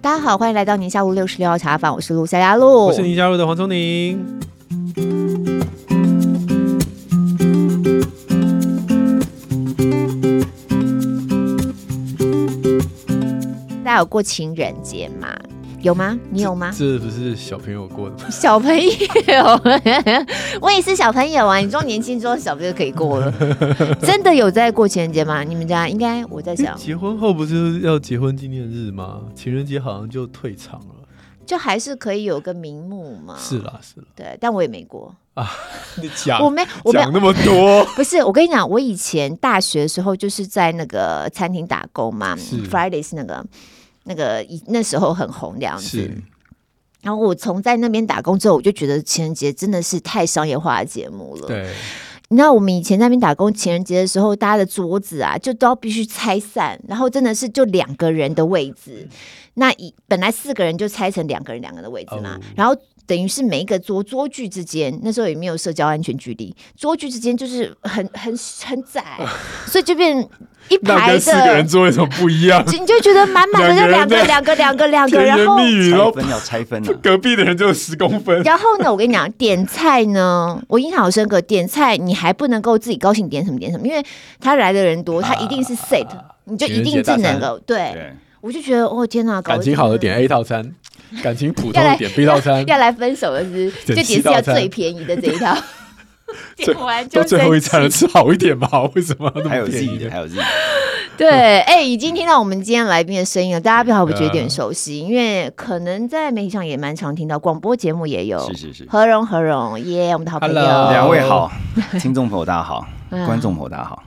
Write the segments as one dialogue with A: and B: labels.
A: 大家好，欢迎来到宁夏路六十六号茶坊，我是陆夏佳露，
B: 我是宁夏路的黄宗宁。
A: 大家有过情人节吗？有吗？你有吗？
B: 这不是小朋友过的吗？
A: 小朋友， 我也是小朋友啊！你说年轻之后小朋友可以过 了，真的有在过情人节吗？你们家应该我在想，
B: 哎结婚后不是要结婚纪念日吗？情人节好像就退场了。
A: 就还是可以有个名目嘛。
B: 是啦，是啦，
A: 对，但我也没过，
B: 你讲
A: 我没，我没有
B: 讲那么多，
A: 不是，我跟你讲，我以前大学的时候就是在那个餐厅打工嘛
B: 是
A: ，Fridays 那个那个以那时候很红这样子
B: 是。
A: 然后我从在那边打工之后，我就觉得情人节真的是太商业化的节目了。
B: 对，
A: 你知道我们以前在那边打工，情人节的时候，大家的桌子啊，就都要必须拆散，然后真的是就两个人的位
B: 嗯
A: 置，那以本来四个人就拆成两个人两个人的位置嘛，
B: 哦
A: 然后。等于是每一个桌桌距之间，那时候也没有社交安全距离，桌距之间就是很很很 窄，所以就变一
B: 那
A: 排
B: 跟四个
A: 的
B: 人，做有什么不一样？
A: 就你就觉得满满的就两
B: 两个
A: 个
B: 人在
A: 两个两个两个，
B: 甜
A: 然
B: 言
A: 后
B: 蜜语，然
C: 拆
B: 后！
C: 分要拆分啊
B: 隔壁的人就有十公分。
A: 然后呢，我跟你讲，点菜呢，我印象好深刻。点菜你还不能够自己高兴点什么点什么，因为他来的人多，
B: 啊
A: 他一定是 set，、你就一定是能够 对。
C: 对，
A: 我就觉得，哦天哪，搞得
B: 感情好的
A: 真
B: 点 A 套餐，感情普
A: 要
B: 通
A: 来
B: 的点 B 套餐，
A: 要来分手了，是不是？就 点
B: 点七
A: 是要
B: 道菜
A: 最便宜的这一套。
B: 最
A: 点完就
B: 到最后
A: 生
B: 一
A: 气
B: 餐了，吃好一点吧？为什么要那
C: 还
B: 么
C: 有
B: 便
C: Z
B: 宜
C: 的，
B: 呢？
C: 还有 Z，
A: 对，哎、已经听到我们今天来宾的声音了，大家不好不觉得有点熟悉，因为可能在媒体上也蛮常听到，广播节目也有。
C: 是是是。
A: 何荣，何荣，耶、我们的好朋友。
B: Hello
C: 两位好，听众朋友大家好，
A: 嗯
C: 观众朋友大家好。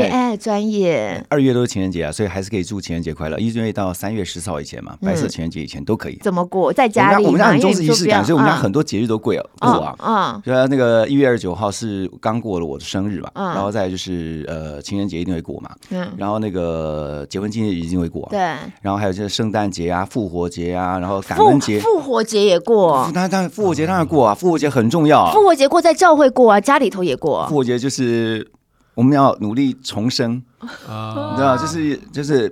A: 哎哎，专业，
C: 二月都是情人节啊，所以还是可以祝情人节快乐。一月到三月十四号以前嘛，白色情人节以前都可以。
A: 怎么过？在
C: 我们
A: 嗯家
C: 家
A: 里吗
C: 我们家很重
A: 因
C: 视
A: 为你
C: 仪
A: 说
C: 式
A: 不要
C: 感，所以我们家
A: 嗯
C: 很多节日都过过啊。
A: 啊，
C: 就像那个一月二十九号是刚过了我的生日嘛，
A: 嗯
C: 然后再来就是呃情人节一定会过嘛，
A: 嗯，
C: 然后那个结婚纪念日一定会过、啊，
A: 对，
C: 然后还有就是圣诞节啊、复活节啊，然后感
A: 复
C: 恩节，
A: 复活嗯节也过，
C: 那当然复活节当然过啊，复活节很重要啊。
A: 复活节过在教会过啊，家里头也过
C: 复，活节就是我们要努力重生，
B: 啊
C: 你知道，就是就是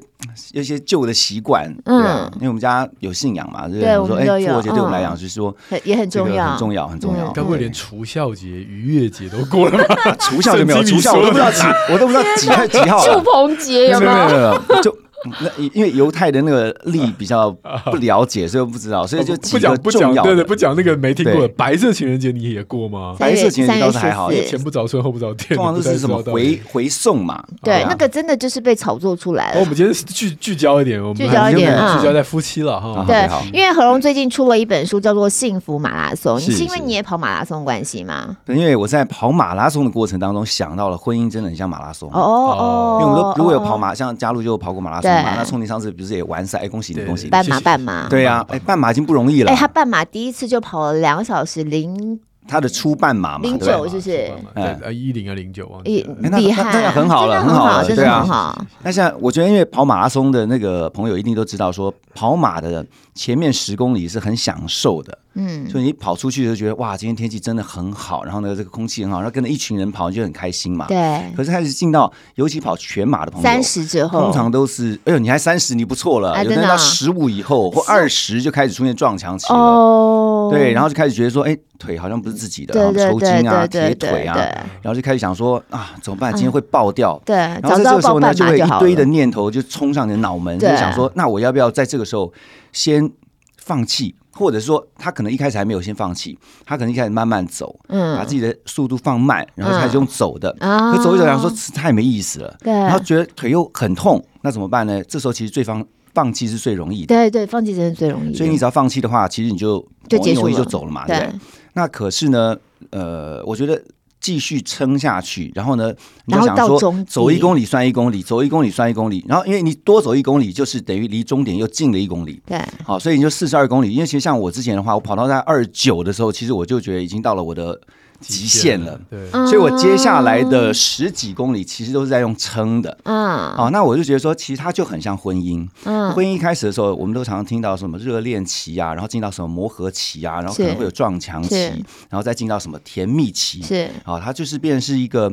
C: 有一些旧的习惯，
A: 嗯
C: 对啊，因为我们家有信仰嘛，就是
A: 对
C: 我们说，
A: 我们都
C: 哎，
A: 有
C: 复活节对我们来
A: 嗯
C: 讲就是说
A: 很也很
C: 这
A: 重
C: 个
A: 要，
C: 很重要，很重要。
B: 该不会连
C: 对
B: 除孝节、逾越节都过了吧？
C: 除孝就没有，
B: 圣经
C: 除
B: 里
C: 孝我都不知道几，我都不知道几月几号
A: 祝
C: 了。
A: 棚节
C: 没
A: 有
C: 有
A: 没
C: 没有没
A: 有？
C: 有，没有就。那因为犹太的那个历比较不了解，所以不知道，所以就
B: 哦不
C: 几
B: 讲
C: 个
B: 不
C: 重
B: 讲，
C: 要
B: 对对，
C: 的
B: 不讲那个没听过的
C: 对
B: 白色情人节，你也过吗？
C: 白色情人节倒是还好
A: 三月十
B: 前
A: 四
B: 不着村后不着店，
C: 通常都
B: 不太
C: 是什么
B: 知道到
C: 回
B: 底。
C: 回送嘛，
A: 对，
C: 啊
A: 那个真的就是被炒作出来
B: 哦，我
A: 了。
B: 们今天聚聚焦一点，我们
A: 聚焦
C: 一点
B: 我们
C: 嗯
B: 聚焦在夫妻了哈
C: 啊。
A: 对
C: OK，好，
A: 因为何荣最近出了一本书，叫做《幸福马拉松》，你
C: 是
A: 是因为
C: 是
A: 你也跑马拉松的关系吗？
C: 对因为我在跑马拉松的过程当中，想到了婚姻真的很像马拉松。
A: 哦哦，
C: 因为我们都如果有跑
A: 哦，
C: 马，像嘉璐就有跑过马拉松
A: 对
C: 嘛，那冲你上次不是也完赛？哎，恭喜你，
B: 对
C: 恭喜你！
A: 半马
B: 谢谢
A: 半马，
C: 对呀，哎，半马已经不容易了
A: 哎，，他半马第一次就跑了两个小时零
C: 他的初半马嘛，
A: 零
C: 啊对
A: 九
C: 不对
A: 是不是
B: 对，呃，一零啊零九忘
A: 一
B: 记了。
C: 哎那
A: 厉
C: 那
A: 害，
C: 那很好了
A: 真的
C: 很好了
A: 真的
C: 对啊
A: 很好。
C: 那像我觉得，因为跑马拉松的那个朋友一定都知道，说跑马的前面十公里是很享受的，
A: 嗯，
C: 就你跑出去就觉得哇，今天天气真的很好，然后呢这个空气很好，然后跟着一群人跑你就很开心嘛。
A: 对，
C: 啊可是开始进到，尤其跑全马的朋友
A: 三。十之后，
C: 通常都是，哎呦，你还三十，你不错了。
A: 哦哎
C: 有的
A: 真
C: 人
A: 的啊
C: 到十五以后或二十就开始出现撞墙期了。
A: 哦，
C: 对，然后就开始觉得说，哎，腿好像不是自己的，
A: 对对
C: 然后抽筋啊、
A: 对对
C: 铁
A: 对
C: 腿啊，
A: 对
C: 然后就开始想说啊，怎么办？今天会爆掉。
A: 对，
C: 然
A: 早
C: 后
A: 知
C: 在这
A: 道
C: 个时
A: 报
C: 候呢，
A: 半
C: 就
A: 马
C: 会
A: 就
C: 一
A: 好
C: 堆的
A: 了。
C: 念头就冲上你的脑门，就
A: 对啊
C: 想说，那我要不要在这个时候先放弃？或者说，他可能一开始还没有先放弃，他可能一开始慢慢走，把
A: 嗯
C: 自己的速度放慢，然后开始用走的。
A: 啊
C: 可走一走，然后说这太没意思了，
A: 对
C: 然后觉得腿又很痛，那怎么办呢？这时候其实最放放弃是最容易的，
A: 对对，放弃真的最容易的，
C: 所以你只要放弃的话，其实你就
A: 就结束
C: 容易
A: 了
C: 就走了嘛，对不对
A: 对？，
C: 那可是呢，呃，我觉得继续撑下去，然后呢，你
A: 然
C: 就
A: 后
C: 想
A: 到
C: 说
A: 终
C: 走一
A: 点
C: 公里算一公里，走一公里算一公里，然后因为你多走一公里，就是等于离终点又近了一公里。
A: 对，
C: 好，所以你就四十二公里。因为其实像我之前的话，我跑到在二九的时候，其实我就觉得已经到了我的极限了。
B: 对，
A: 嗯
C: 所以我接下来的十几公里其实都是在用撑的。
A: 嗯
C: 哦，那我就觉得说，其实它就很像婚姻。
A: 嗯
C: 婚姻一开始的时候，我们都常常听到什么热恋期啊，然后进到什么磨合期啊，然后可能
A: 是
C: 会有撞墙期
A: 是，
C: 然后再进到什么甜蜜期。
A: 是
C: 啊、它就是变成是一个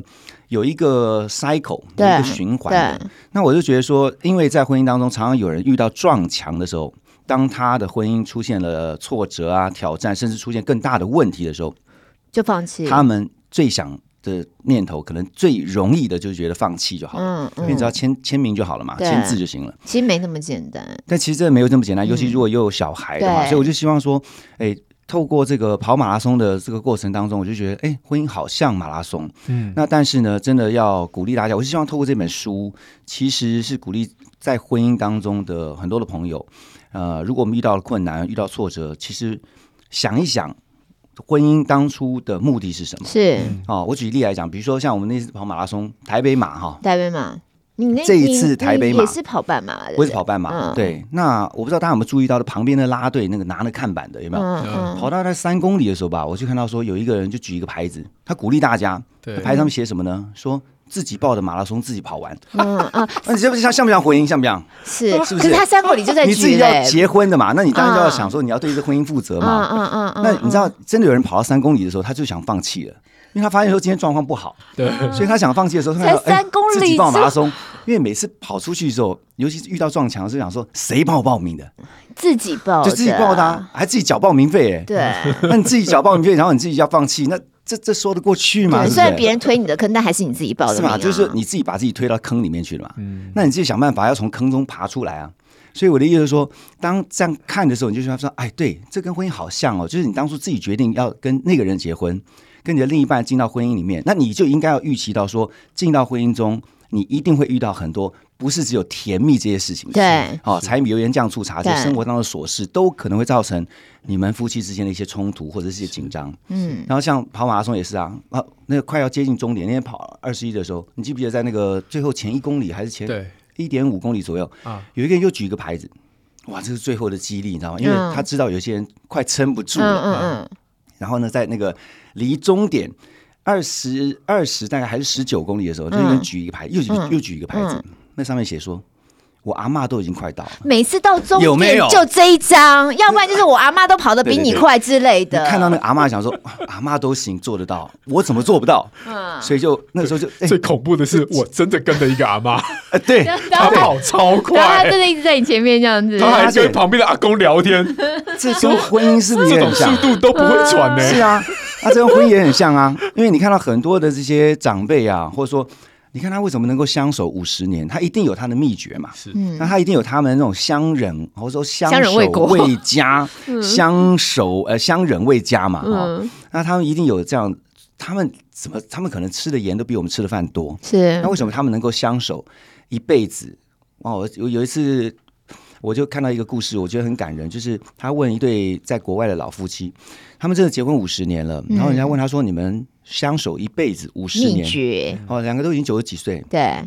C: 有一个 cycle，有
A: 对
C: 一个循环的。
A: 对
C: 那我就觉得说，因为在婚姻当中，常常有人遇到撞墙的时候，当他的婚姻出现了挫折啊、挑战，甚至出现更大的问题的时候，
A: 就放弃，
C: 他们最想的念头，可能最容易的就是觉得放弃就好了。
A: 嗯
C: 因为
A: 嗯
C: 你只，要签签名就好了嘛，
A: 对
C: 签字就行了。
A: 其实没那么简单，
C: 但其实真的没有这么简单，
A: 嗯
C: 尤其如果又有小孩的话，
A: 对
C: 所以我就希望说，哎，透过这个跑马拉松的这个过程当中，我就觉得，哎，婚姻好像马拉松。
B: 嗯，
C: 那但是呢，真的要鼓励大家，我是希望透过这本书，其实是鼓励在婚姻当中的很多的朋友，呃，如果我们遇到了困难、遇到挫折，其实想一想，婚姻当初的目的是什么？
A: 是
C: 哦，我举例来讲，比如说像我们那次跑马拉松，台北马哈，
A: 台北马，你那
C: 这一
A: 你
C: 次
A: 你
C: 台北马
A: 也是跑半马，对不
C: 我也是
A: 对
C: 跑半马，
A: 嗯
C: 对。那我不知道大家有没有注意到，旁边的拉队那个拿那看板的有没有？
A: 嗯
C: 啊跑到那三公里的时候吧，我就看到说有一个人就举一个牌子，他鼓励大家，
B: 对
C: 那牌子上面写什么呢？说自己报的马拉松自己跑完，
A: 嗯嗯嗯，
C: 那你这不像像不像婚姻？像不像？
A: 是，可
C: 是不
A: 是
C: 是
A: 他三公里就在
C: 你自
A: 举
C: 己要
A: 嘞，
C: 结婚的嘛，那你当然就要
A: 嗯
C: 想说你要对这婚姻负责
A: 嗯
C: 嘛。
A: 嗯嗯嗯，
C: 那你知道，真的有人跑到三公里的时候，他就想放弃了，因为他发现说今天状况不好，
B: 对，
C: 所以他想放弃的时候，
A: 嗯
C: 他
A: 才
C: 想说哎
A: 三公里
C: 自己报马拉松，因为每次跑出去的时候，尤其是遇到撞墙，是想说谁帮我报名的，
A: 自己报
C: 就自己报的、啊，还自己缴报名费，
A: 哦
C: 哎，
A: 对。
C: 那你自己缴报名费，然后你自己要放弃，那这这说得过去吗？
A: 对，
C: 对不
A: 虽然
C: 对？
A: 别人推你的坑，但还是你自己报的
C: 是
A: 名
C: 嘛？
A: 啊。
C: 就是你自己把自己推到坑里面去了嘛。
B: 嗯
C: 那你自己想办法要从坑中爬出来啊。所以我的意思是说，当这样看的时候，你就想说，哎，对，这跟婚姻好像哦，就是你当初自己决定要跟那个人结婚，跟你的另一半进到婚姻里面，那你就应该要预期到说，进到婚姻中，你一定会遇到很多不是只有甜蜜这些事情，
A: 对，
C: 哦，柴米油盐酱醋茶，就
A: 对
C: 生活当中的琐事，都可能会造成你们夫妻之间的一些冲突或者是一些紧张。
A: 嗯，
C: 然后像跑马拉松也是啊，啊，那个快要接近终点，那天跑二十一的时候，你记不记得在那个最后前一公里还是前
B: 对
C: 一点五公里左右
B: 啊，
C: 有一个人又举一个牌子，哇，这是最后的激励，你知道吗？因为
A: 嗯
C: 他知道有些人快撑不住
A: 嗯
C: 了，
A: 嗯
C: 然后呢，在那个离终点二十二十大概还是十九公里的时候，那个人举一个牌，又举、
A: 嗯
C: 又举一个牌子，那上面写说，我阿嬷都已经快到了。
A: 嗯，每次到终
C: 有没
A: 点
C: 有
A: 就这一张，要不然就是我阿妈都跑得比
C: 对对
A: 你
C: 对
A: 快之类
C: 你
A: 的。
C: 看到那个阿嬷想说，哇阿嬷都行，做得到，我怎么做不到？
A: 嗯，
C: 所以就那个时候就，哎、
B: 最恐怖的是，我真的跟着一个阿 妈，
C: 呃对，
A: 然
B: 她
A: 后
B: 跑超
A: 然后他
B: 快
A: 真，的一直在你前面这样子，
B: 她还
C: 而且
B: 跟旁边的阿公聊天，
C: 这跟婚姻是不是
B: 这
C: 也
B: 种
C: 很像
B: 速？度都不会喘
C: 是
B: 呢。
C: 啊，啊，这跟婚姻也很像啊，因为你看到很多的这些长辈啊，或者说，你看他为什么能够相守五十年，他一定有他的秘诀嘛。
B: 是
A: 嗯
C: 那他一定有他们那种相忍，或者说相
A: 相忍
C: 守
A: 为国
C: 为 家、相守呃相忍为家嘛哈、
A: 嗯，
C: 那他们一定有这样，他们怎么他们可能吃的盐都比我们吃的饭多，
A: 是
C: 那为什么他们能够相守一辈子？哦，我有有一次我就看到一个故事，我觉得很感人，就是他问一对在国外的老夫妻，他们真的结婚五十年了，然后人家问他说：“你们相守一辈子五十
A: 嗯秘
C: 年
A: 诀，？”
C: 哦，两个都已经九十几岁，
A: 对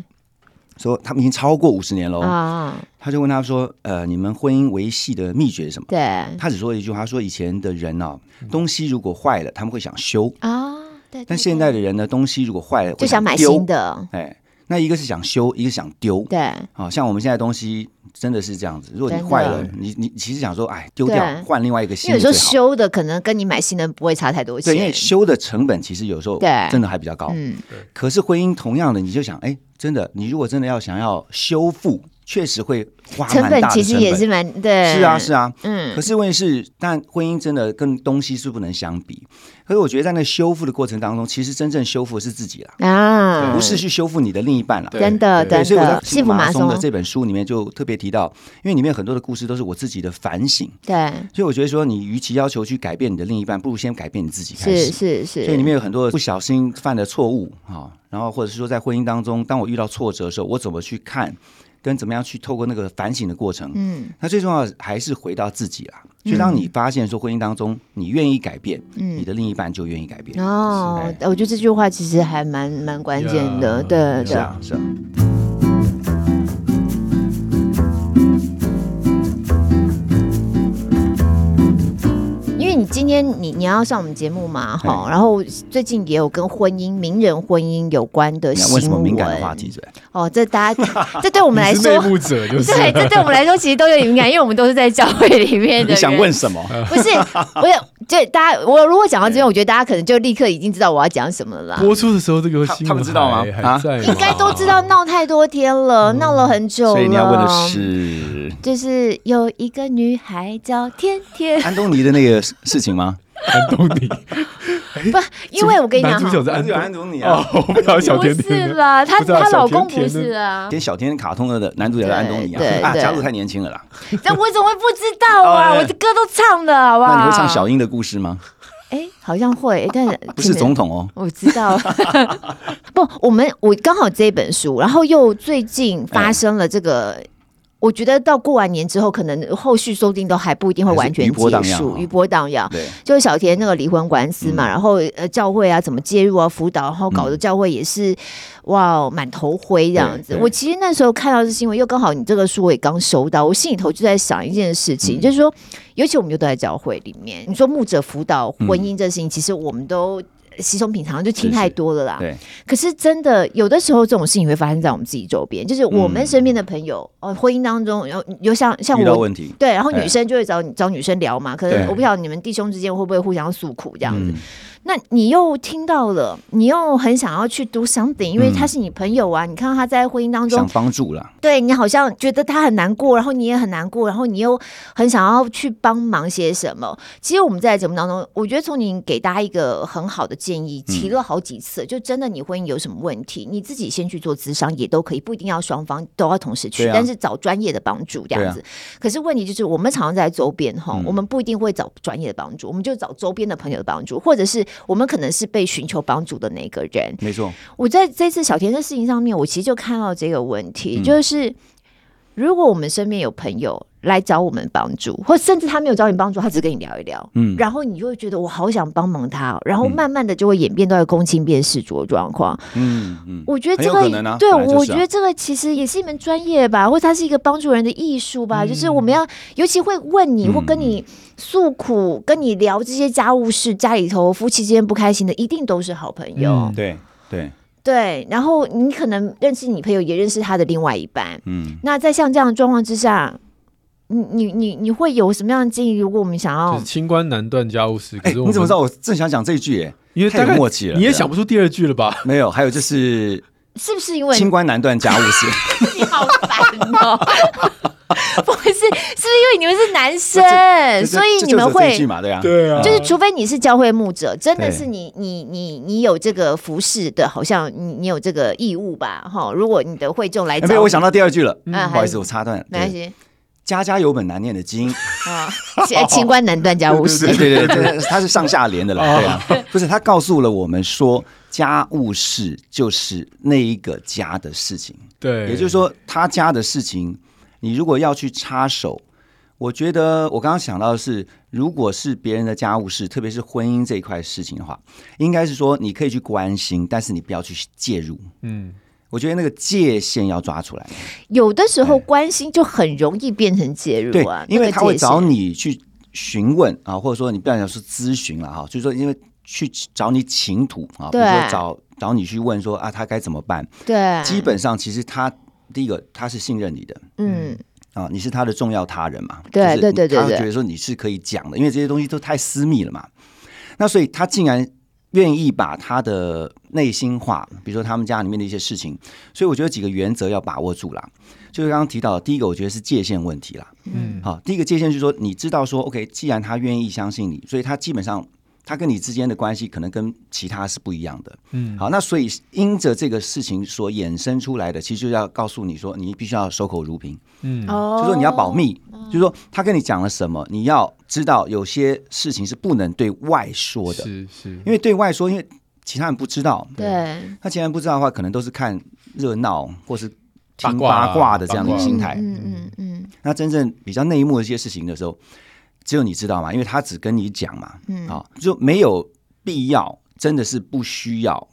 C: 说他们已经超过五十年喽。
A: 啊，
C: 他就问他说：“呃，你们婚姻维系的秘诀是什么
A: 对？”
C: 他只说一句话，他说：“以前的人哦，东西如果坏了，他们会想修；
A: 啊，对，对
C: 但现在的人呢，东西如果坏了，
A: 就想买
C: 丢
A: 新。的，
C: 哎，那一个是想修，一个想丢。
A: 对
C: 好、啊像我们现在东西真的是这样子，如果你
A: 真的
C: 坏了，你你其实想说，哎，丢掉
A: 对
C: 换另外一个
A: 因
C: 新
A: 为
C: 的
A: 有时候
C: 最好。
A: 修的可能跟你买新的不会差太多钱，
C: 对，因为修的成本其实有时候
A: 对
C: 真的还比较高。
A: 嗯，
C: 可是婚姻同样的，你就想，哎，真的，你如果真的要想要修复，确实会花
A: 成
C: 蛮
A: 本
C: 大的
A: 其实也是蛮对，
C: 是啊，是啊。
A: 嗯
C: 可是问题是，但婚姻真的跟东西是不能相比。可是我觉得在那修复的过程当中，其实真正修复的是自己啦，
A: 啊，
C: 不是去修复你的另一半啦。
B: 对
A: 真的
B: 对
A: 真
C: 对，所以我在
A: 的
C: 《
A: 幸
C: 幸
A: 福
C: 福
A: 马
C: 马
A: 拉
C: 拉松》的
A: 松，
C: 这本书里面就特别提到，因为里面很多的故事都是我自己的反省，
A: 对，
C: 所以我觉得说，你与其要求去改变你的另一半，不如先改变你自己开
A: 是
C: 始。
A: 是是，
C: 所以里面有很多不小心犯的错误啊、然后或者是说在婚姻当中，当我遇到挫折的时候，我怎么去看，跟怎么样去透过那个反省的过程，
A: 嗯
C: 那最重要的还是回到自己啦。所以当你发现说婚姻当中你愿意改变，你
A: 嗯。
C: 的另一半就愿意改变。
A: 哦
C: 是，
A: 我觉得这句话其实还蛮蛮关键的，
B: Yeah，
A: 对
C: 是
A: 对。
C: 啊，是啊。
A: 因为你今天你你要上我们节目嘛？
C: 哎
A: 哈，然后最近也有跟婚姻、名人婚姻有关的
C: 你
A: 新闻。
C: 要问什么敏感的话题？对，
A: 哦，这大 家，这对我
D: 我
A: 们来说
D: 内，幕者就是
A: 对，这对我们来说其实都有点敏感，因为我们都是在教会里面的。
C: 你想问？什么？
A: 不 是，我有，就大家，我如果讲到这边，我觉得大家可能就立刻已经知道我要讲什么了啦。
B: 播出的时候这个
C: 他
B: 新闻
C: 他们知道吗
B: 还
C: 啊
B: 还在吗
A: 应该都知道闹太多天了，闹了很久了。
C: 嗯所以你要问的，是
A: 就是有一个女孩叫天天，
C: 安东尼的那个事事情吗？
D: 安东尼，
A: 不，因为我跟你讲
D: 哎男主角，
A: 哈
D: 是安
C: 就
D: 东
C: 安东尼啊
D: 哦，我不知道小
A: 不
D: 甜
A: 是
D: 甜的，
A: 啦，她
D: 不知道
A: 她
D: 小
A: 老
D: 甜
A: 公不
D: 甜的
A: 是 啊，
C: 跟小天卡通的男主角是安东尼啊
A: 对，
C: 啊，
A: 对
C: 加入太年轻了啦。
A: 这我怎么会不知道
D: 哎
A: 啊？
C: 哦
A: 我的歌都唱了，好不好？
C: 那你会唱小？樱的故事吗？
A: 哎，好像会，但是
C: 不是总统哦，
A: 我知 道， 不，我们我刚好这本书，然后又最近发生了这个。
C: 哎
A: 我觉得到过完年之后，可能后续收听都还不一定会完全
C: 还是余波
A: 结
C: 荡漾
A: 束，
C: 哦
A: 余波荡漾。
C: 对，
A: 就是小田那个离婚官司
C: 嗯
A: 嘛，然后呃教会啊怎么介入啊辅导，然后搞得教会也是、哇满头灰这样子
C: 对。对
A: 我其实那时候看到这新闻，又刚好你这个书我也刚收到，我心里头就在想一件事
C: 嗯
A: 情，就是说，尤其我们又都在教会里面，你说牧者辅导婚
C: 嗯
A: 姻这事情，其实我们都。稀松平常就听
C: 是
A: 太多了啦，
C: 对，
A: 可是真的有的时候这种事情会发生在我们自己周边，就是我们
C: 嗯
A: 身边的朋友、哦，婚姻当中有有像像
C: 遇到
A: 我
C: 问题，
A: 对，然后女
C: 哎
A: 生就会找你找女生聊嘛，可能
C: 对
A: 我不晓得你们弟兄之间会不会互相诉苦这样子。
C: 嗯，
A: 那你又听到了，你又很想要去 do something，因为他是你朋友啊，你看到他在婚姻当
C: 嗯想
A: 中，
C: 帮助啦，
A: 对你好像觉得他很难过，然后你也很难过，然后你又很想要去帮忙些什么。其实我们在节目当中，我觉得从你给大家一个很好的建议，
C: 嗯
A: 提了好几次，就真的你婚姻有什么问题，你自己先去做咨商也都可以，不一定要双方都要同时去，
C: 对啊啊
A: 但是找专业的帮助这样子。可是问题就是，我们常常在周边哈，我们不一定会找专业的帮助，我们就找周边的朋友的帮助，或者是我们可能是被寻求帮助的那个人。
C: 没错，
A: 我在这次小田的事情上面，我其实就看到这个问
C: 嗯
A: 题，就是如果我们身边有朋友来找我们帮助，或甚至他没有找你帮助，他只跟你聊一聊，
C: 嗯，
A: 然后你就会觉得我好想帮忙他哦，然后慢慢的就会演变到一个公亲变世主的状况。
C: 嗯嗯，
A: 我觉得这个
C: 很有可能啊
A: 对，
C: 本来就是啊
A: 我觉得这个其实也是一门专业吧，或者它是一个帮助人的艺术吧。就是我
C: 嗯
A: 们要，尤其会问你或跟你诉苦、跟你聊这些家务事，家里头夫妻之间不开心的，一定都是好朋友。
B: 嗯
C: 对对，
A: 对，然后你可能认识你朋友，也认识他的另外一半。
C: 嗯，
A: 那在像这样的状况之下，你你你你会有什么样的建议？如果我们想
B: 就
A: 要
B: 是，清官难断家务事。可
C: 哎，
B: 是我
C: 你怎么知
B: 们
C: 道？我正想讲这一句，哎，
B: 因为
C: 太
B: 大
C: 有
B: 概
C: 默契了，
B: 你也
C: 对啊
B: 想不出第二句了吧？
C: 没有？还有就是
A: 是不是因为
C: 清官难断家务 事，
A: 你好烦哦？ 不是，是不是因为你们是男生，所以
C: 这
A: 你
C: 就
A: 们
C: 是这
A: 会
C: 一句嘛，对啊，
D: 对啊，。
A: 就是，除非你是教会牧者，真的
C: 对
A: 是你你你你有这个服饰的，好像你你有这个义务吧？哈，如果你的会众来
C: 哎，
A: 找，
C: 没有，我想到第二句了，
A: 嗯
C: 不好意思，我插断，
A: 没关
C: 对，
A: 系
C: 家家有本难念的经，
A: 啊，清官难断家务事。
C: 对对对对， 它是上下联的啦，对啊，不是，他告诉了我们说，家务事就是那一个家的事情，
B: 对，
C: 也就是说，他家的事情，你如果要去插手，我觉得我刚刚想到的是，如果是别人的家务事，特别是婚姻这一块事情的话，应该是说你可以去关心，但是你不要去介入。
B: 嗯，
C: 我觉得那个界限要抓出来，
A: 有的时候关心就很容易变成介入
C: 哎对
A: 啊，，
C: 因为他会找
A: 你。
C: 你去询问啊，或者说你不要讲是咨询了哈，就是说因为去找你请土啊，比
A: 对
C: 如
A: 嗯
C: 说找找你去问说啊，他该怎么办？
A: 对，
C: 基本上其实他第一个他是信任你的，
A: 嗯，
C: 啊，你是他的重要他人嘛，
A: 对
C: 就是你
A: 对对对
C: 他会
A: 对
C: 觉得说你是可以讲的，因为这些东西都太私密了嘛。那所以他竟然愿意把他的内心话，比如说他们家里面的一些事情，所以我觉得几个原则要把握住啦。就是刚刚提到的，第一个我觉得是界限问题啦。
B: 嗯
C: 好，第一个界限是说，你知道说，OK，既然他愿意相信你，所以他基本上他跟你之间的关系可能跟其他是不一样的。
B: 嗯，
C: 好，那所以因着这个事情所衍生出来的，其实就要告诉你说，你必须要守口如瓶。
B: 嗯，
A: 哦
C: 就说你要保，密，就是说他跟你讲了什么，你要知道有些事情是不能对外说的，
B: 是是，因
C: 因为对外说，因为其他人不知道，
A: 对，
C: 他其他人不知道的话，可能都是看热闹或是
B: 八
C: 听
B: 卦啊
C: 八卦的这样的
B: 八卦
C: 心态。
A: 嗯嗯嗯
C: 那真正比较内幕的一些事情的时候，只有你知道嘛，因为他只跟你讲嘛，
A: 嗯
C: 啊，就没有必要，真的是不需要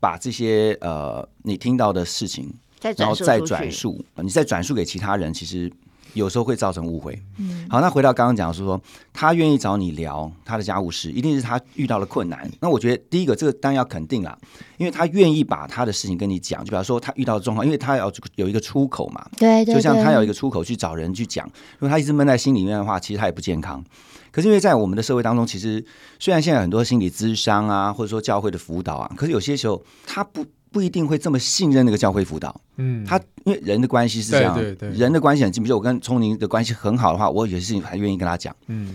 C: 把这些呃你听到的事情
A: 嗯，再
C: 然
A: 转
C: 后
A: 述
C: 再
A: 出
C: 转
A: 去，
C: 述，你再转述给其他人，其实有时候会造成误会。
A: 嗯
C: 好，那回到刚刚讲是说，他愿意找你聊他的家务事，一定是他遇到了困难。那我觉得第一个，这个当然要肯定啦，因为他愿意把他的事情跟你讲，就比方说他遇到的状况，因为他要有一个出口嘛，
A: 对对，
C: 就像他有一
A: 个
C: 个出口去找人去讲，如果他一直闷在心里面的话，其实他也不健康。可是因为在我们的社会当中，其实虽然现在有很多心理咨商啊，或者说教会的辅导啊，可是有些时候他不不一定会这么信任那个教会辅导。
B: 嗯，
C: 他因为人的关系是这样，
B: 对对对
C: 人的关系很近。比如我跟聪宁的关系很好的话，我有些事情还愿意跟他讲。
B: 嗯，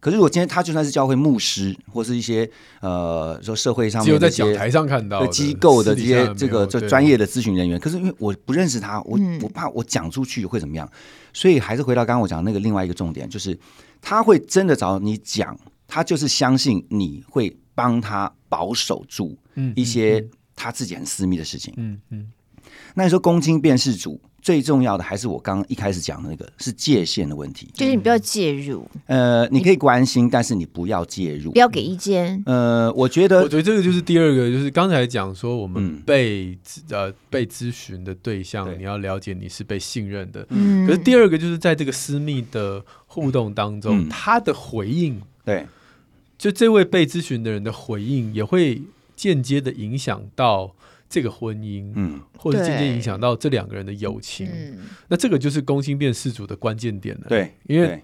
C: 可是我今天他就算是教会牧师，或是一些呃说社会上
B: 只
C: 面
B: 有
C: 的
B: 在
C: 一
B: 讲
C: 些
B: 台上看到
C: 对
B: 的
C: 机构的
B: 私
C: 这
B: 底下没
C: 些
B: 有
C: 这个就
B: 对
C: 专业的咨询人员，可是因为我不认识他，我
A: 嗯
C: 我怕我讲出去会怎么样，所以还是回到刚刚我讲的那个另外一个重点，就是他会真的找你讲，他就是相信你会帮他保守住
B: 嗯
C: 一些
B: 嗯
C: 他自己很私密的事情。
B: 嗯嗯
C: 那你说公卿辨识主，最重要的还是我刚刚一开始讲的那个是界限的问题。
A: 就是你不要介入，
C: 呃，你可以关心，但是你不要介入
A: 不。要给意见，
C: 呃，我觉
B: 嗯我
C: 得
B: 觉得这个就是第二个，就是刚才讲说我
C: 嗯
B: 们被咨、呃被咨询的对象，
C: 对
B: 你要了解你是被信任的。
A: 嗯，
B: 可是第二个就是在这个私密的互动当中，
C: 嗯
B: 他的回应
C: 对
B: 就这位被咨询的人的回应，也会间接的影响到这个婚姻，
C: 嗯，
B: 或者
A: 对
B: 间接影响到这两个人的友情。
A: 嗯，
B: 那这个就是公心变事主的关键点了。，
C: 对，
B: 因为
C: 对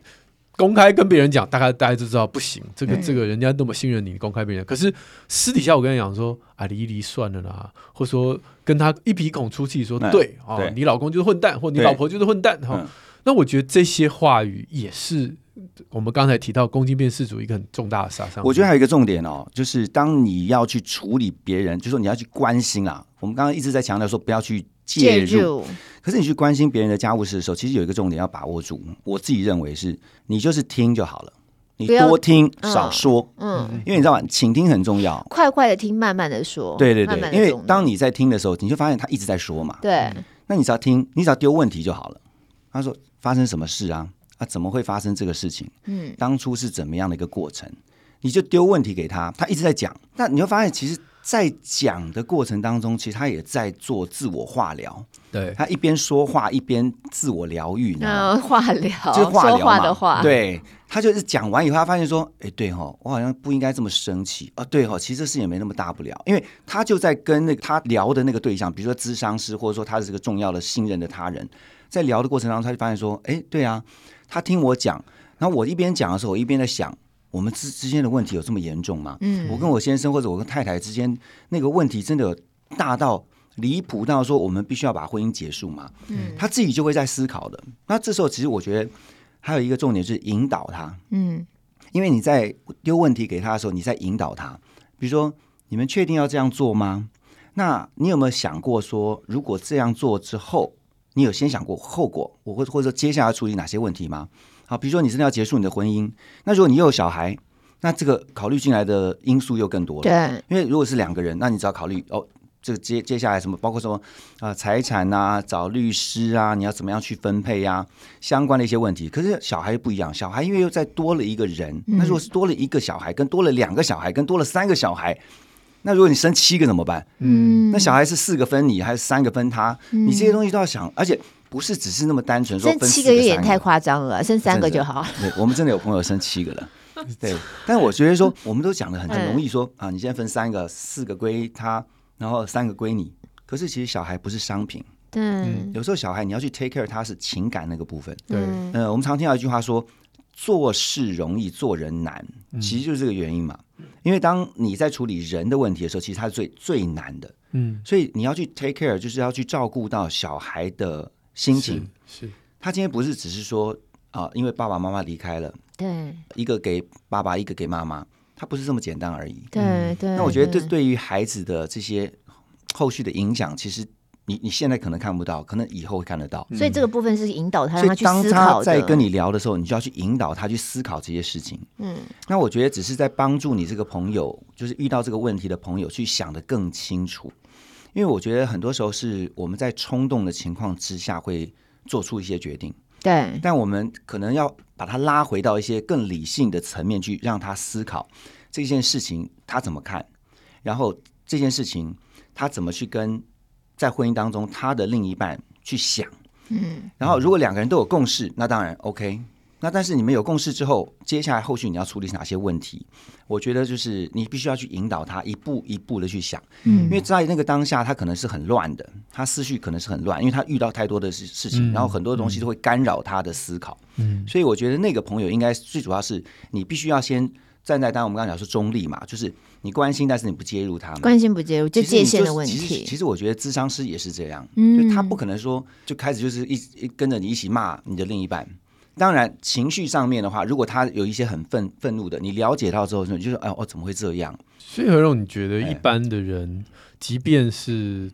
B: 公开跟别人讲，大概大家就知道不行，这个
A: 嗯
B: 这个人家那么信任你，你公开别人。可是私底下我跟你讲说啊，离一离算了啦，或说跟他一鼻孔出气说，
C: 嗯
B: 对哦
C: 对，
B: 你老公就是混蛋，或你
C: 对
B: 老婆就是混蛋哈、
C: 嗯
B: 那我觉得这些话语也是我们刚才提到公心变事主一个很重大的杀伤力。
C: 我觉得还有一个重点哦，就是当你要去处理别人，就是说你要去关心啦。我们刚刚一直在强调说不要去介
A: 介
C: 入，
A: 入，
C: 可是你去关心别人的家务事的时候，其实有一个重点要把握住。我自己认为是，你就是听就好了，你
A: 不要
C: 多听
A: 嗯
C: 少说，
A: 嗯，
C: 因为你知道吧，倾听很重要。
A: 快快的听，慢慢的说，
C: 对对对，
A: 慢慢地
C: 因为
A: 懂
C: 当你嗯在听的时候，你就发现他一直在说嘛。
A: 对
C: 那你只要听，你只要丢问题就好了。他说发生什么事啊？啊，怎么会发生这个事情？
A: 嗯，
C: 当初是怎么样的一个过程？你就丢问题给他，他一直在讲。那你会发现，其实，在讲的过程当中，其实他也在做自我化疗。
B: 对，
C: 他一边说话，一边自我疗愈，你知道吗？
A: 嗯，化疗，
C: 就是化疗
A: 说话
C: 嘛
A: 的话，，
C: 对他就是讲完以后，他发现说，哎，对哈、哦，我好像不应该这么生气啊，对哈、哦，其实这事也没那么大不了，因为他就在跟那个他聊的那个对象，比如说咨商师，或者说他是个重要的信任的他人，在聊的过程当中，他就发现说，哎，对啊，他听我讲，然后我一边讲的时候，我一边在想，我们之之间的问题有这么严重吗？
A: 嗯
C: 我跟我先生或者我跟太太之间那个问题真的有大到离谱到说我们必须要把婚姻结束吗？
A: 嗯
C: 他自己就会在思考的。那这时候其实我觉得还有一个重点就是引导他，
A: 嗯
C: 因为你在丢问题给他的时候，你在引导他，比如说你们确定要这样做吗？那你有没有想过说，如果这样做之后，你有先想过后果，我或或者说接下来要处理哪些问题吗？好，比如说你真的要结束你的婚姻，那如果你又有小孩，那这个考虑进来的因素又更多了。
A: 对，
C: 因为如果是两个人，那你只要考虑哦，这个接接下来什么，包括什么啊、呃财产啊，找律师啊，你要怎么样去分配啊，相关的一些问题。可是小孩不一样，小孩因为又再多了一个人，
A: 嗯
C: 那如果是多了一个小孩，跟多了两个小孩，跟多了三个小孩，那如果你生七个怎么办？
A: 嗯
C: 那小孩是四个分你，还是三个分他？你这些东西都要想，而且不是只是那么单纯说
A: 生
C: 分
A: 七
C: 四
A: 个
C: 个
A: 月也
C: 三
A: 太夸张了，生三个
C: 真的
A: 就好，
C: 对，我们真的有朋友生七个了。对，但我觉得说，我们都讲的很很容易说啊，你现在分三个，四个归他，然后三个归你。可是其实小孩不是商品，
A: 对，嗯
C: 有时候小孩你要去 take care 他是情感那个部分。
B: 对
C: 嗯、我们常听到一句话说，做事容易做人难，其实就是这个原因嘛。因为当你在处理人的问题的时候，其实它是最最难的，
B: 嗯，
C: 所以你要去 take care，就是要去照顾到小孩的心情。
B: 是是
C: 他今天不是只是说啊、因为爸爸妈妈离开了。
A: 对
C: 一个给爸爸，一个给妈妈，它不是这么简单而已。
A: 对对。
C: 那我觉得对对于孩子的这些后续的影响，其实你你现在可能看不到，可能以后会看得到。
A: 所以这个部分是引导他，
C: 所
A: 让他
C: 以
A: 去
C: 当
A: 思
C: 他
A: 考
C: 在
A: 的。
C: 跟你聊的时候，你就要去引导他去思考这些事情。
A: 嗯，
C: 那我觉得只是在帮助你这个朋友，就是遇到这个问题的朋友去想得更清楚，因为我觉得很多时候是我们在冲动的情况之下会做出一些决定。
A: 对，
C: 但我们可能要把它拉回到一些更理性的层面去，让他思考这件事情他怎么看，然后这件事情他怎么去跟在婚姻当中他的另一半去想，
A: 嗯，
C: 然后如果两个人都有共识，那当然 OK。那但是你们有共识之后，接下来后续你要处理哪些问题？我觉得就是你必须要去引导他一步一步的去想，
A: 嗯
C: 因为在那个当下他可能是很乱的，他思绪可能是很乱，因为他遇到太多的事事情，
B: 嗯
C: 然后很多东西都会干扰他的思考。
B: 嗯
C: 所以我觉得那个朋友应该最主要是你必须要先站在，当然我们刚刚讲是中立嘛，就是你关心，但是你不介入他嘛。
A: 关心不介入，就
C: 其实你
A: 界限
C: 就
A: 的问
C: 其实其
A: 题。
C: 实我觉得智商师也是这样，
A: 嗯
C: 就他不可能说就开始就是一一跟着你一起骂你的另一半。当然，情绪上面的话，如果他有一些很愤愤怒的，你了解到之后，你就说：“哎，我、怎么会这样
B: 所以何荣，你觉得
C: 哎
B: 一般的人，即便是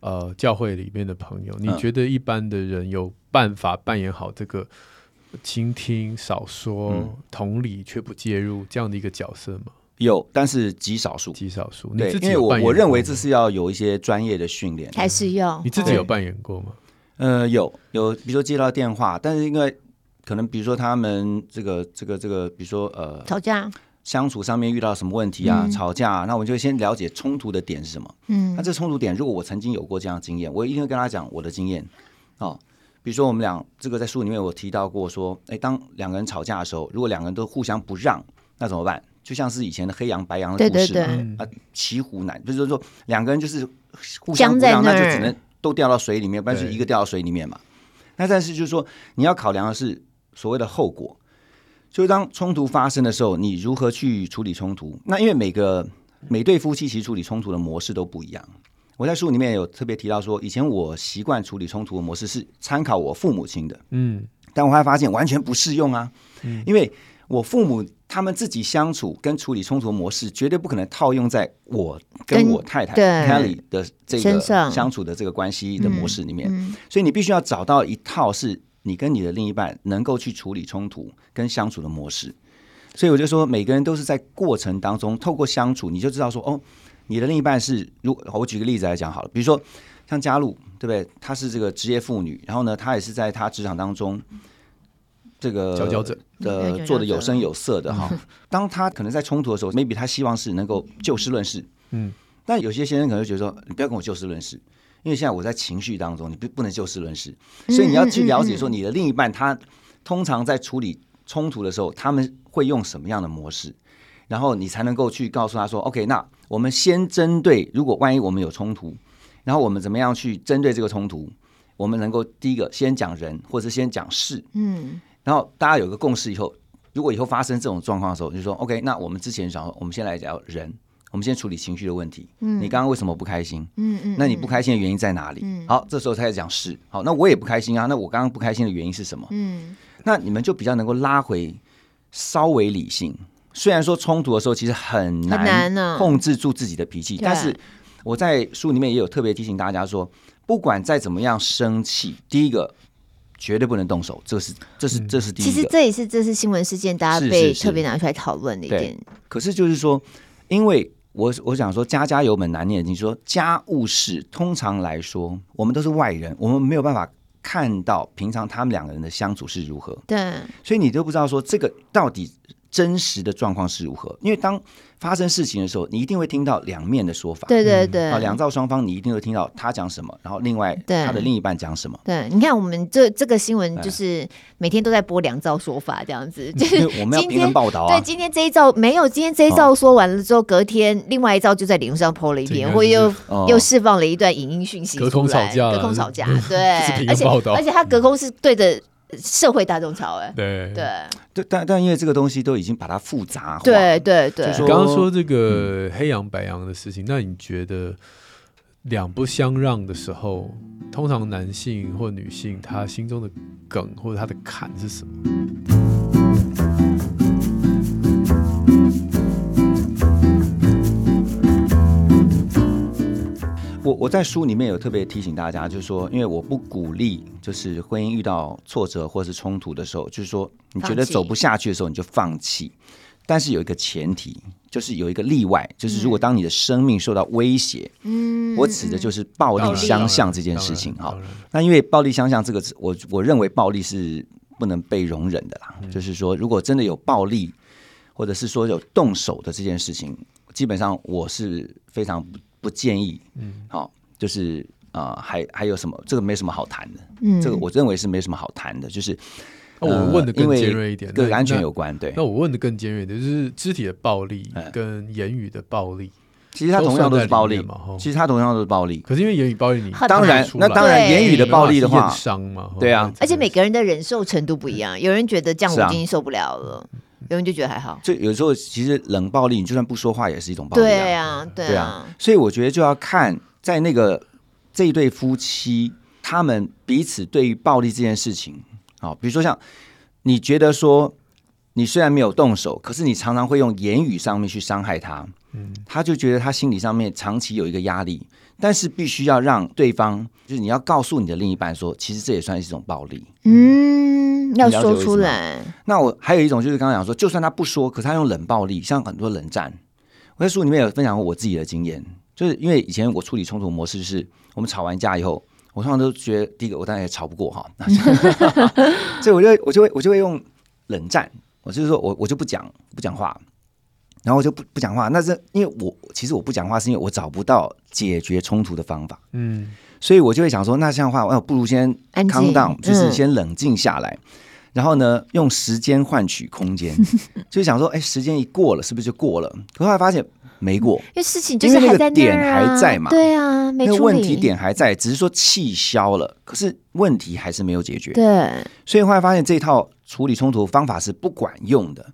B: 呃教会里面的朋友，你
C: 嗯
B: 觉得一般的人有办法扮演好这个倾听、少说、
C: 嗯
B: 同理却不介入这样的一个角色吗？？”
C: 有，但是极少数。
B: 极少数。你
C: 对，
B: 自己
C: 因为
B: 有
C: 我
B: 扮演
C: 我认
B: 过
C: 为
B: 吗
C: 这是要有一些专业的训练。
A: 还是要
B: 你自己有
A: 哦
B: 扮演过吗？
C: 呃，有有，比如说接到电话，但是因为可能比如说他们这个这个这个，比如说呃，
A: 吵架？
C: 相处上面遇到什么问题啊，
A: 嗯
C: 吵架、啊，那我们就先了解冲突的点是什么。
A: 嗯
C: 那这冲突点，如果我曾经有过这样的经验，我一定会跟他讲我的经验。哦，比如说我们俩这个在书里面我提到过说，哎，当两个人吵架的时候，如果两个人都互相不让，那怎么办？就像是以前的黑羊白羊的
A: 对
C: 故
A: 对
C: 事嘛，
A: 对，
B: 嗯
C: 啊，骑虎难，就是说两个人就是互相不
A: 僵
C: 让，
A: 在那
C: 那
A: 儿
C: 就只能都掉到水里面，不然就
B: 对
C: 一个掉到水里面嘛。那但是就是说，你要考量的是所谓的后果，就是当冲突发生的时候，你如何去处理冲突？那因为每个每对夫妻其实处理冲突的模式都不一样。我在书里面有特别提到说，以前我习惯处理冲突的模式是参考我父母亲的，
B: 嗯
C: 但我还发现完全不适用啊，因为我父母他们自己相处跟处理冲突的模式，绝对不可能套用在我跟
A: 跟
C: 我太太
A: 对
C: Kelly 的这个
A: 身上
C: 相处的这个关系的模式里面，
A: 嗯
C: 所以你必须要找到一套是你跟你的另一半能够去处理冲突跟相处的模式。所以我就说，每个人都是在过程当中，透过相处，你就知道说，哦，你的另一半是，如好我举个例子来讲好了，比如说像嘉露，对不对？她是这个职业妇女，然后呢，她也是在她职场当中，这个
B: 佼佼者
A: 对佼佼
C: 呃
A: 者
C: 做的有声有色的 哈。当她可能在冲突的时候，maybe 她希望是能够就事论事，
B: 嗯，
C: 但有些先生可能会觉得说，你不要跟我就事论事，因为现在我在情绪当中，你不不能就事论事，所以你要去了解说你的另一半他通常在处理冲突的时候，他们会用什么样的模式，然后你才能够去告诉他说，OK，那我们先针对，如果万一我们有冲突，然后我们怎么样去针对这个冲突，我们能够第一个先讲人，或者先讲事，
A: 嗯
C: 然后大家有个共识以后，如果以后发生这种状况的时候，就说 OK，那我们之前想说，我们先来聊人，我们先处理情绪的问题。
A: 嗯
C: 你刚刚为什么不开心？
A: 嗯嗯，
C: 那你不开心的原因在哪里？
A: 嗯
C: 好，这时候才讲是。好，那我也不开心啊。那我刚刚不开心的原因是什么？
A: 嗯
C: 那你们就比较能够拉回稍微理性。虽然说冲突的时候其实很
A: 很难呢
C: 难控制住自己的脾气，
A: 对
C: 但是我在书里面也有特别提醒大家说，不管再怎么样生气，第一个绝对不能动手，这是这是这是第一
A: 其
C: 个。
A: 实这也是这次新闻事件大家
C: 是
A: 被
C: 是是
A: 特别拿出来讨论的一
C: 对
A: 点，
C: 可是就是说，因为我我想说家家有本难念的经，说家务事通常来说，我们都是外人，我们没有办法看到平常他们两个人的相处是如何，
A: 对，
C: 所以你都不知道说这个到底真实的状况是如何。因为当发生事情的时候，你一定会听到两面的说法，
A: 对对
B: 嗯
A: 对，
C: 啊，两造双方你一定会听到他讲什么，然后另外
A: 对
C: 他的另一半讲 什么。
A: 对，你看我们这这个新闻
C: 哎
A: 就是每天都在播两造说法，这样子，就是
C: 因为我们要
A: 今
C: 平衡
A: 天
C: 报道啊
A: 对，，今天这一造没有，今天这一造说完了之后，隔天另外一造就在脸书上 PO 了一篇，
B: 这个
A: 或又
C: 哦
A: 又释放了一段影音讯息出来，
B: 隔空吵架了
A: 隔空吵架，
B: 这 是
A: 对，
B: 平衡
A: 而且
B: 报道
A: 而且他隔空是对着社会大众吵，哎，
B: 对
A: 对。
C: 对，但但因为这个东西都已经把它复杂化，
A: 对对
C: 就
A: 对，
C: 说
B: 刚刚说这
C: 嗯
B: 个黑羊白羊的事情，那你觉得两不相让的时候，通常男性或女性他心中的梗或者他的坎是什么？
C: 我我在书里面有特别提醒大家，就是说，因为我不鼓励，就是婚姻遇到挫折或是冲突的时候，就是说你觉得
A: 放弃
C: 走不下去的时候你就放弃。但是有一个前提，就是有一个例外，就是如果当你的生命受到威胁，
A: 嗯，
C: 我指的就是暴
B: 当
C: 力
B: 然
C: 相向这件事情
B: 当然当。
C: 哈
B: 然
C: 那因为暴力相向这个词，我我认为暴力是不能被容忍的啦。
B: 嗯
C: 就是说，如果真的有暴力，或者是说有动手的这件事情，基本上我是非常不不建议。嗯，好、就是呃，还还有什么？这个没什么好谈的，
A: 嗯，
C: 这个我认为是没什么好谈的，就是
B: 哦，我问的
C: 呃因
B: 更
C: 为
B: 尖锐一点，
C: 跟
B: 那
C: 安全
B: 那
C: 有关。对
B: 那，我问的更尖锐的就是肢体的暴力
C: 哎
B: 跟言语的暴力，
C: 其实它同样都是暴
B: 都
C: 力
B: 算在里面嘛吼，
C: 其实它同样都是暴力。
B: 可是因为言语暴力你
A: 很
C: 当然
B: 看得出来
C: 那当然
A: 对
C: 言语的暴力的话
B: 你没办法验伤嘛，吼
C: 对啊
A: 而且每个人的忍受程度不一样，有人觉得这样
C: 是
A: 我
C: 啊嗯
A: 已经受不了了，有人就觉得还好。
C: 就有时候其实冷暴力，你就算不说话也是一种暴力、
A: 对啊，对
C: 对
A: 啊
C: 啊，，所以我觉得就要看在那个这一对夫妻，他们彼此对于暴力这件事情，啊、比如说像你觉得说你虽然没有动手，可是你常常会用言语上面去伤害他，嗯，他就觉得他心理上面长期有一个压力，但是必须要让对方，就是你要告诉你的另一半说，其实这也算是一种暴力。
A: 嗯，要
C: 了解我
A: 说
C: 意思
A: 出
C: 吗
A: 来，
C: 那我还有一种就是刚刚讲说，就算他不说，可是他用冷暴力，像很多冷战。我在书里面有分享过我自己的经验，就是因为以前我处理冲突模式是，我们吵完架以后，我通常都觉得第一个我当然也吵不过哈， 所以我就我就会我就会用冷战，我就是说我我就不讲不讲话，然后我就不不讲话。那是因为我其实我不讲话是因为我找不到解决冲突的方法，
B: 嗯，
C: 所以我就会想说，那这样的话，哦那我不如先
A: 安静
C: calm down，就是
A: 嗯
C: 先冷静下来，然后呢，用时间换取 空间，就是想说，哎，时间一过了，是不是就过了？可后来发现没过，
A: 因为事情就
C: 因
A: 是
C: 为那
A: 还
C: 个
A: 在那
C: 点
A: 儿
C: 还
A: 啊
C: 在嘛
A: 对啊，没
C: 那
A: 处
C: 个
A: 理
C: 问题点还在，只是说气消了，可是问题还是没有解决。
A: 对，
C: 所以后来发现这套处理冲突方法是不管用的。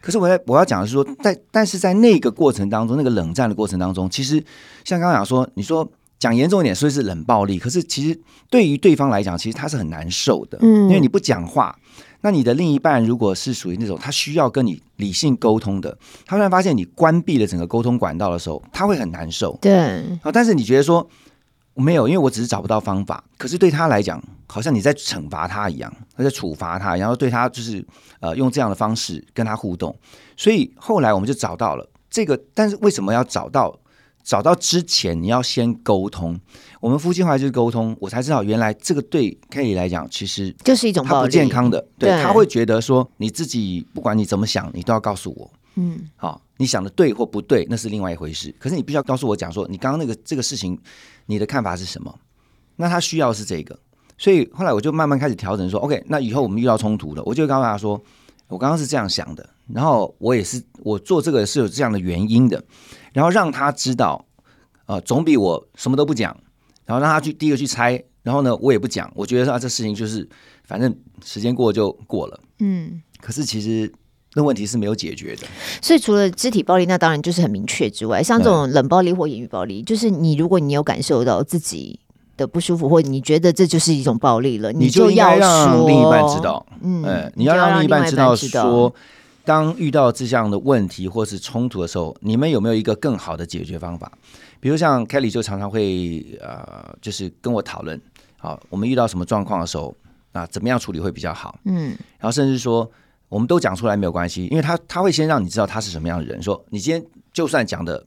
C: 可是我在我要讲的是说，在但是在那个过程当中，那个冷战的过程当中，其实像刚刚讲说，你说讲严重一点，说是冷暴力，可是其实对于对方来讲，其实他是很难受的，
A: 嗯
C: 因为你不讲话。那你的另一半如果是属于那种他需要跟你理性沟通的，他突然发现你关闭了整个沟通管道的时候，他会很难受。
A: 对，
C: 啊，但是你觉得说没有，因为我只是找不到方法。可是对他来讲，好像你在惩罚他一样，他在处罚他，然后对他就是呃用这样的方式跟他互动。所以后来我们就找到了这个，但是为什么要找到？找到之前，你要先沟通。我们夫妻后来就是沟通，我才知道原来这个对 Kelly 来讲，其实
A: 就是一种
C: 他
A: 暴
C: 不
A: 力，
C: 健康的，对
A: 对
C: 他会觉得说你自己不管你怎么想，你都要告诉我。
A: 嗯，
C: 好、你想的对或不对，那是另外一回事。可是你必须要告诉我讲说，你刚刚那个这个事情，你的看法是什么？那他需要的是这个，所以后来我就慢慢开始调整说，OK，那以后我们遇到冲突了，我就会告诉他说，我刚刚是这样想的，然后我也是我做这个是有这样的原因的，然后让他知道，呃，总比我什么都不讲，然后让他去第一个去猜，然后呢，我也不讲，我觉得说啊，这事情就是反正时间过了就过了，
A: 嗯，
C: 可是其实那问题是没有解决的。
A: 所以除了肢体暴力，那当然就是很明确之外，像这种冷暴力或言语暴力，就是你如果你有感受到自己的不舒服，或你觉得这就是一种暴力了，
C: 你
A: 就
C: 应该
A: 要
C: 让
A: 说
C: 另一半知，道，
A: 嗯，
C: 哎，
A: 你
C: 你
A: 就
C: 要
A: 让
C: 让另一
A: 半
C: 半知道
A: 知道
C: 说，当遇到这样的问题或是冲突的时候，你们有没有一个更好的解决方法？比如像 Kelly 就常常会呃，就是跟我讨论，好、我们遇到什么状况的时候，啊，怎么样处理会比较好？
A: 嗯，
C: 然后甚至说我们都讲出来没有关系，因为他他会先让你知道他是什么样的人，说你今天就算讲的，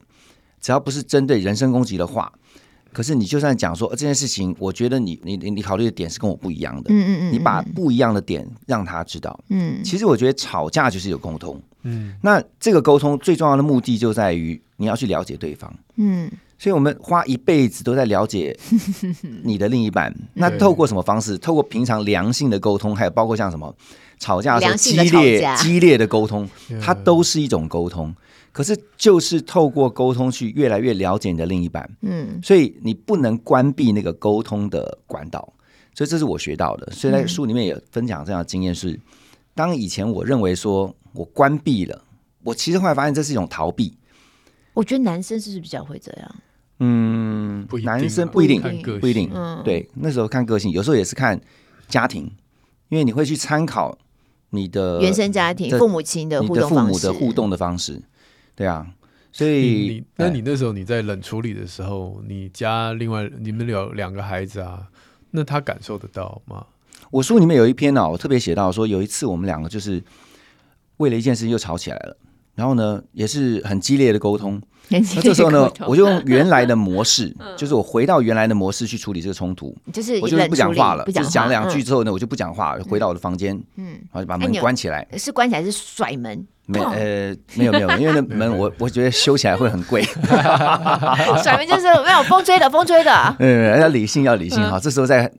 C: 只要不是针对人身攻击的话，可是你就算讲说、呃这件事情，我觉得你你你你考虑的点是跟我不一样的，
A: 嗯嗯嗯，
C: 你把不一样的点让他知道。
A: 嗯
C: 其实我觉得吵架就是有沟通，嗯，那这个沟通最重要的目的就在于你要去了解对方。
A: 嗯
C: 所以我们花一辈子都在了解你的另 一半。那透过什么方式？透过平常良性的沟通，还有包括像什么吵架的时候
A: 良性的
C: 激
A: 吵
C: 烈
A: 架
C: 激烈的沟通，
B: Yeah
C: 它都是一种沟通。可是就是透过沟通去越来越了解你的另一半，
A: 嗯
C: 所以你不能关闭那个沟通的管道。所以这是我学到的。所以
A: 嗯
C: 在书里面也分享这样的经验是，当以前我认为说我关闭了，我其实后来发现这是一种逃避。
A: 我觉得男生是不是比较会这样？
C: 嗯
B: 不一定啊
C: 男生不一定，
B: 看个
C: 不一定
B: 性，
A: 嗯
C: 对，那时候看个性，有时候也是看家庭，因为你会去参考你的
A: 原生家庭、
C: 这
A: 父母亲的
C: 呃你
A: 互
C: 的
A: 动
C: 父
A: 方
C: 母
A: 式，
C: 的互动的方式，对啊，所
B: 你
C: 以
B: 你那
C: 哎
B: 你那时候你在冷处理的时候，你家另外你们有两个孩子啊，那他感受得到吗？
C: 我书里面有一篇呢、啊我特别写到说，有一次我们两个就是为了一件事情又吵起来了，然后呢也是很激烈的沟通，那这时候呢我就用原来 的模式，
A: 嗯
C: 就是我回到原来的模式去处理这个冲突，
A: 就是
C: 我就是不讲话了，
A: 不
C: 就
A: 讲
C: 是
A: 话
C: 讲两句之后呢，我就不讲话，回到我的房间，
A: 嗯，
C: 然后就把
A: 哎
C: 门
A: 你有
C: 关起来。
A: 嗯是关起来是甩门，
C: 没呃没有没有，因为那门我我觉得修起来会很贵。
A: 甩面就是没有风吹的，风吹 的。
C: 嗯，要理性，要理性哈。这时候在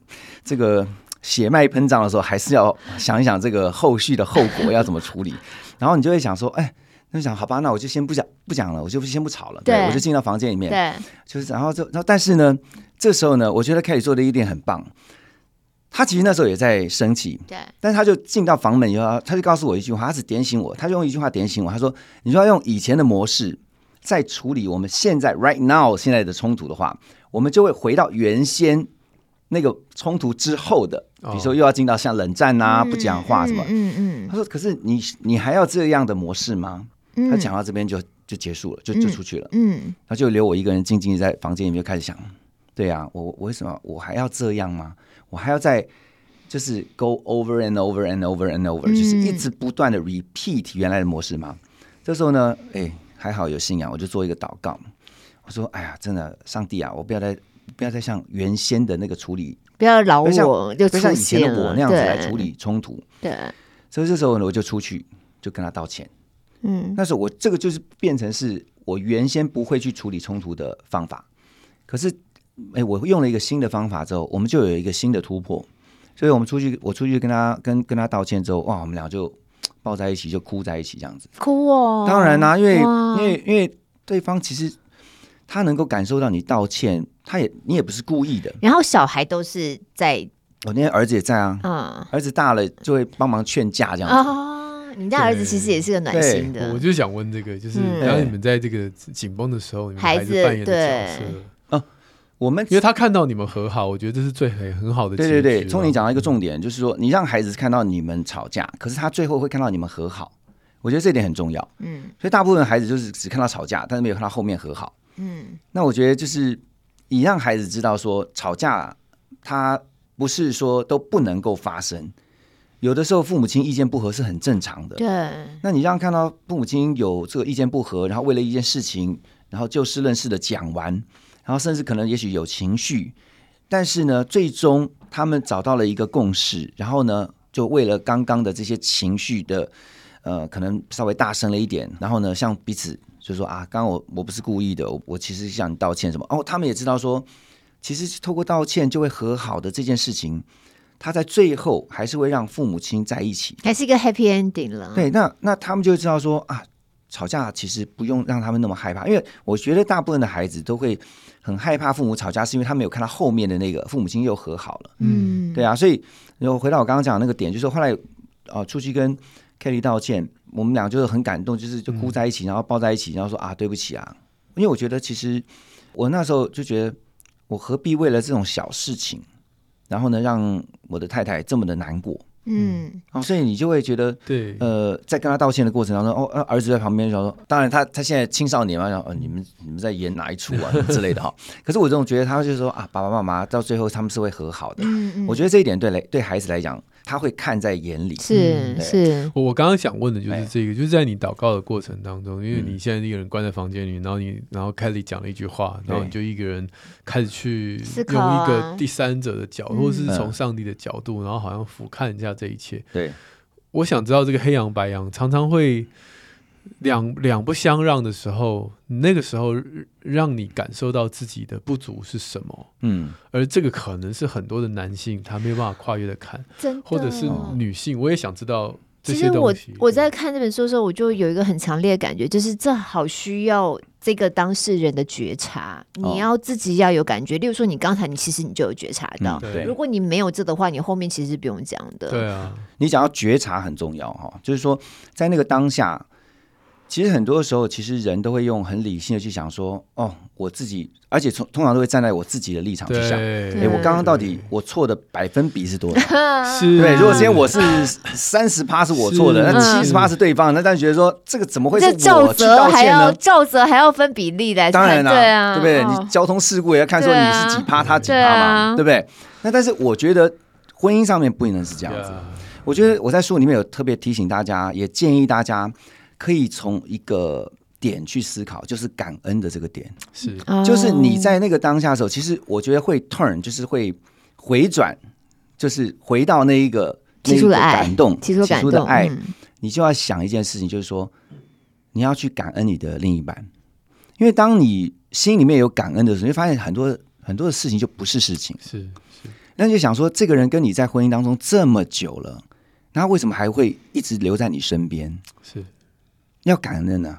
C: 这个血脉喷张的时候，还是要想一想这个后续的后果要怎么处理。 然后你就会想说，哎，那就想好吧，那我就先不讲不讲了，我就先不吵了，
A: 对
C: 我就进到房间里面，
A: 对，
C: 就是然后就然后但是呢，这时候呢，我觉得凯里做的一点很棒，他其实那时候也在生气，
A: 对，
C: 但是他就进到房门以后，他就告诉我一句话，他只点醒我，他就用一句话点醒我，他说：“你就要用以前的模式再处理我们现在 right now 现在的冲突的话，我们就会回到原先那个冲突之后的，比如说又要进到像冷战啊、不讲话什么。
A: 哦嗯嗯
C: 他说：“可是你你还要这样的模式吗？”
A: 嗯，
C: 他讲到这边就就结束了，就就出去了，
A: 嗯，
C: 他就留我一个人静静地在房间里面就开始想：对啊，我我为什么我还要这样吗？我还要在就是 go over and over and over and over，、
A: 嗯
C: 就是一直不断的 repeat 原来的模式嘛。这时候呢，哎，还好有信仰，我就做一个祷告，我说：“哎呀，真的，上帝啊，我不要再不要再像原先的那个处理，
A: 不要老
C: 不要像
A: 我就
C: 不要像
A: 出
C: 以前
A: 哦现
C: 的我
A: 了，
C: 那样子来处
A: 对
C: 理冲突。
A: 对，”
C: 所以这时候呢，我就出去就跟他道歉。
A: 嗯
C: 那时候我这个就是变成是我原先不会去处理冲突的方法，可是哎，我用了一个新的方法之后，我们就有一个新的突破。所以我们出去，我出去跟他跟跟他道歉之后，哇，我们俩就抱在一起，就哭在一起这样子。
A: 哭哦，
C: 当然啦、啊因为
A: 哇
C: 因为因为对方其实他能够感受到你道歉，他也你也不是故意的。
A: 然后小孩都是在
C: 我那天儿子也在啊，
A: 嗯
C: 儿子大了就会帮忙劝架这样子。
A: 啊，你家儿子其实也是个暖心
B: 我
A: 的
B: 我，就想问这个，就是
A: 嗯
B: 当你们在这个紧绷的时候，你们
A: 孩
B: 子
A: 子
B: 扮演的角
A: 对
B: 色，
C: 我们
B: 因为他看到你们和好，我觉得这是最很很好的结局啊嗯
C: 对
B: 了。
C: 对对，聪你讲到一个重点，就是说你让孩子看到你们吵架，可是他最后会看到你们和好，我觉得这点很重要。
A: 嗯
C: 所以大部分孩子就是只看到吵架，但是没有看到后面和好。
A: 嗯
C: 那我觉得就是你让孩子知道说，吵架他不是说都不能够发生，有的时候父母亲意见不合是很正常的。
A: 对，
C: 那你让看到父母亲有这个意见不合，然后为了一件事情，然后就事论事的讲完，然后甚至可能也许有情绪，但是呢，最终他们找到了一个共识，然后呢，就为了刚刚的这些情绪的，呃，可能稍微大声了一点，然后呢，向彼此就说啊，刚刚我我不是故意的，我我其实向你道歉什么，哦，他们也知道说，其实透过道歉就会和好的这件事情，他在最后还是会让父母亲在一起。
A: 还是一个 happy ending 了，
C: 对，那那他们就会知道说啊，吵架其实不用让他们那么害怕，因为我觉得大部分的孩子都会很害怕父母吵架，是因为他没有看到后面的那个父母亲又和好了。
A: 嗯，
C: 对啊，所以然后回到我刚刚讲的那个点，就是后来呃出去跟 Kelly 道歉，我们俩就是很感动，就是就哭在一起，然后抱在一起，然后说啊对不起啊，因为我觉得其实我那时候就觉得我何必为了这种小事情，然后呢让我的太太这么的难过
A: 嗯，
C: 啊、所以你就会觉得
B: 对，
C: 呃，在跟他道歉的过程当中，哦，呃儿子在旁边想说，当然他他现在青少年嘛，想哦，你们你们在演哪一出啊之类的哈。 可是我这种觉得他就是说啊，爸爸妈妈到最后他们是会和好的。
A: 嗯嗯，
C: 我觉得这一点对来对孩子来讲，他会看在眼里。
A: 是
C: 嗯对
A: 是，
B: 我我刚刚想问的就
C: 哎
B: 是这个，就是在你祷告的过程当中，因为你现在一个人关在房间里，然后你然后凯莉讲了一句话，
C: 嗯对
B: 然后你就一个人开始去
A: 思考
B: 用一
A: 啊
B: 个第三者的角，
A: 嗯
B: 或者是从上帝的角度，然后好像俯瞰一下这一切。
C: 对，
B: 我想知道这个黑羊白羊常常会两两不相让的时候，那个时候让你感受到自己的不足是什么，
C: 嗯，
B: 而这个可能是很多的男性他没有办法跨越的坎，
A: 真的，
B: 或者是
C: 啊
B: 女性，我也想知道这
A: 其
B: 些
A: 实
B: 东
A: 我
B: 西。
A: 我在看这本书的时候，我就有一个很强烈的感觉，就是这好需要这个当事人的觉察，
C: 哦
A: 你要自己要有感觉。例如说，你刚才你其实你就有觉察到，
B: 嗯
C: 对
A: 如，果你没有这的话，你后面其实是不用讲的。
B: 对啊，
C: 你讲到觉察很重要哈，就是说在那个当下，其实很多时候，其实人都会用很理性的去想说，哦，我自己，而且通通常都会站在我自己的立场去想，
B: 对，
C: 哎、我刚刚到底
B: 对
C: 我错的百分比是多少？
B: 是
C: 对，如果今天我是三十趴是我错的，
B: 嗯是
C: 那七十趴是对方，那当然觉得说这个怎么会是
A: 嗯这
C: 我
A: 照
C: 去
A: 责
C: 道
A: 还
C: 歉
A: 要
C: 呢？
A: 照责还要分比例来看，
C: 当然啦、
A: 对啊，
C: 对不对？
A: 哦
C: 你交通事故也要看说
A: 对
C: 你
A: 啊
C: 是几趴，他几趴
A: 对
C: 嘛，
A: 啊
C: 对不对？那但是我觉得婚姻上面不能是这样子。
B: Yeah，
C: 我觉得我在书里面有特别提醒大家，也建议大家可以从一个点去思考，就是感恩的这个点。
B: 是
A: 哦
C: 就是你在那个当下的时候，其实我觉得会 turn，就是会回转，就是回到那一个
A: 提出的
C: 那一个
A: 爱
C: 感动，
A: 提出感
C: 的
A: 动，
C: 爱，
A: 嗯
C: 你你就要想一件事情，就是说你要去感恩你的另一半，因为当你心里面有感恩的时候，你会发现很多很多的事情就不是事情。
B: 是是，
C: 那你就想说，这个人跟你在婚姻当中这么久了，那他为什么还会一直留在你身边？
B: 是
C: 要感恩呢、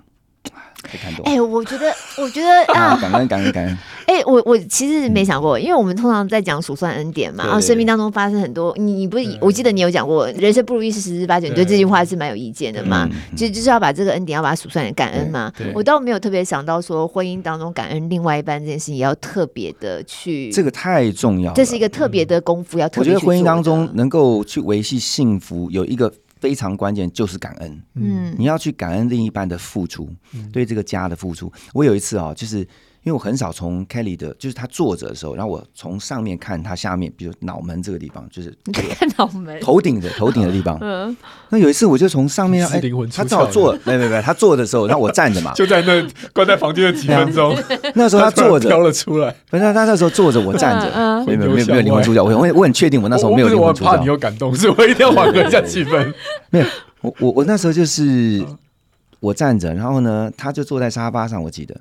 C: 啊， 太感动了
A: 哎、。我觉得，我觉得啊
C: 啊，，感恩感恩感恩，
A: 哎、我我其实没想过，因为我们通常在讲数算恩典嘛，
C: 嗯对嗯
A: 然后生命当中发生很多，你你不是我记得你有讲过，人生不如意事十之八九，你对这句话是蛮有意见的嘛
C: 嗯？
A: 其实就是要把这个恩典要把它数算感恩嘛
B: 对对。
A: 我倒没有特别想到说婚姻当中感恩另外一半这件事情也要特别的去，
C: 这个太重要了。
A: 这是一个特别的功夫要特
C: 我觉
A: 别去
C: 得
A: 做的。
C: 婚姻当中能够去维系幸福，有一个非常关键就是感恩。
A: 嗯，
C: 你要去感恩另一半的付出，对这个家的付出。我有一次啊、就是因为我很少从 Kelly 的，就是他坐着的时候，然后我从上面看他下面，比如脑门这个地方，就是
A: 你看到没？
C: 头顶的头顶的地方。
A: 嗯，
C: 那有一次我就从上面，
B: 是
C: 哎
B: 灵魂，出
C: 他正好
B: 窍
C: 坐，没没没，他坐的时候，然后我站着嘛
D: 就在那关在房间的几分钟，
C: 那时候他坐着
D: 飘，了出来。
C: 不是他那时候坐着，我站着，没有没有没有没有灵魂出窍。我我我很确定，我那时候
D: 我
C: 没有
D: 我不是
C: 灵
D: 我
C: 魂出
D: 怕你
C: 窍。
D: 有感动，所以我一定要缓和一下气氛。
C: 没有，我我我那时候就是我站着，然后呢，他就坐在沙发上，我记得，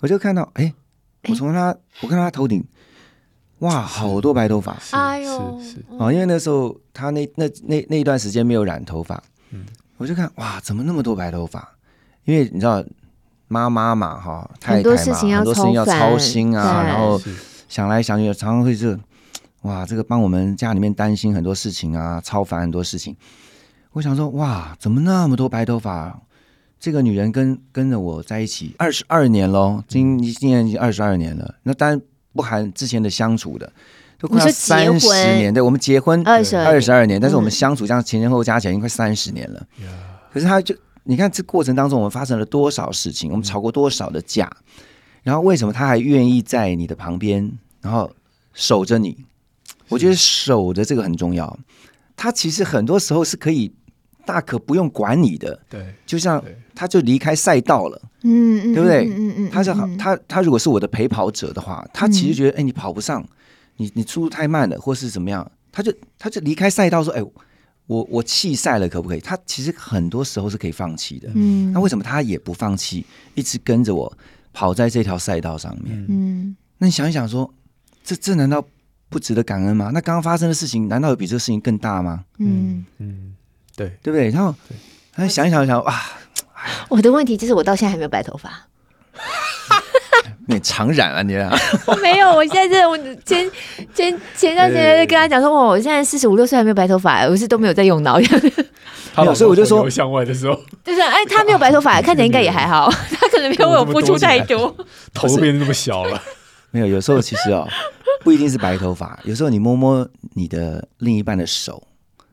C: 我就看到，哎，我从他我看到他头顶，哇，好多白头发
B: 是
A: 哎呦
B: 是是，
C: 哦，因为那时候他那那那那一段时间没有染头发，
B: 嗯
C: 我就看哇，怎么那么多白头发？因为你知道妈妈嘛，哈，太
A: 很
C: 太
A: 多
C: 嘛，
A: 事情要
C: 很多事情要
A: 操
C: 操
A: 烦
C: 心啊，
A: 对
C: 然后
B: 是
C: 想来想去，常常会是，哇，这个帮我们家里面担心很多事情啊，超烦很多事情。我想说，哇，怎么那么多白头发？啊这个女人跟跟着我在一起二十二年喽，今
A: 嗯
C: 今年已经二十二年了。那当然不含之前的相处的，都快
A: 你
C: 要
A: 说结
C: 三十
A: 婚
C: 年。对，我们结婚
A: 二十
C: 二十二年，但是我们
A: 嗯
C: 相处这样前前后后加起来已经快三十年了。可是他就你看这过程当中，我们发生了多少事情，我们吵过多少的架，然后为什么他还愿意在你的旁边，然后守着你？我觉得守着这个很重要。他其实很多时候是可以大可不用管你的，
B: 对
C: 就像
B: 对
C: 他就离开赛道了。
A: 嗯嗯，
C: 对不对
A: 嗯嗯嗯，
C: 他是好
A: 嗯，
C: 他他如果是我的陪跑者的话，他其实觉得哎、你跑不上，你你速度太慢了，或是怎么样，他就他就离开赛道说哎、我我弃赛了，可不可以？他其实很多时候是可以放弃的。
A: 嗯
C: 那为什么他也不放弃，一直跟着我跑在这条赛道上面？
A: 嗯
C: 那你想一想说，这这难道不值得感恩吗？那刚刚发生的事情，难道有比这个事情更大吗？
A: 嗯，
B: 嗯对
C: 对不对？然后
B: 对
C: 他想一想想哇，
A: 我的问题就是我到现在还没有白头发。
C: 你常染啊你啊，
A: 我 没有，我现在在我前前前段时
C: 哎
A: 间在跟他讲说，哦，我现在四十五六岁还没有白头发，我是都没有在用脑， 就是
D: 他
C: 没有所以我就说
D: 向外的时候，
A: 哎，他没有白头 发，看起来应该也还好，他可能没有为我付出太
C: 啊
A: 多。
D: 头都变得那么小 了，
C: 没有，有时候其实哦，不一定是白头发，有时候你摸摸你的另一半的手，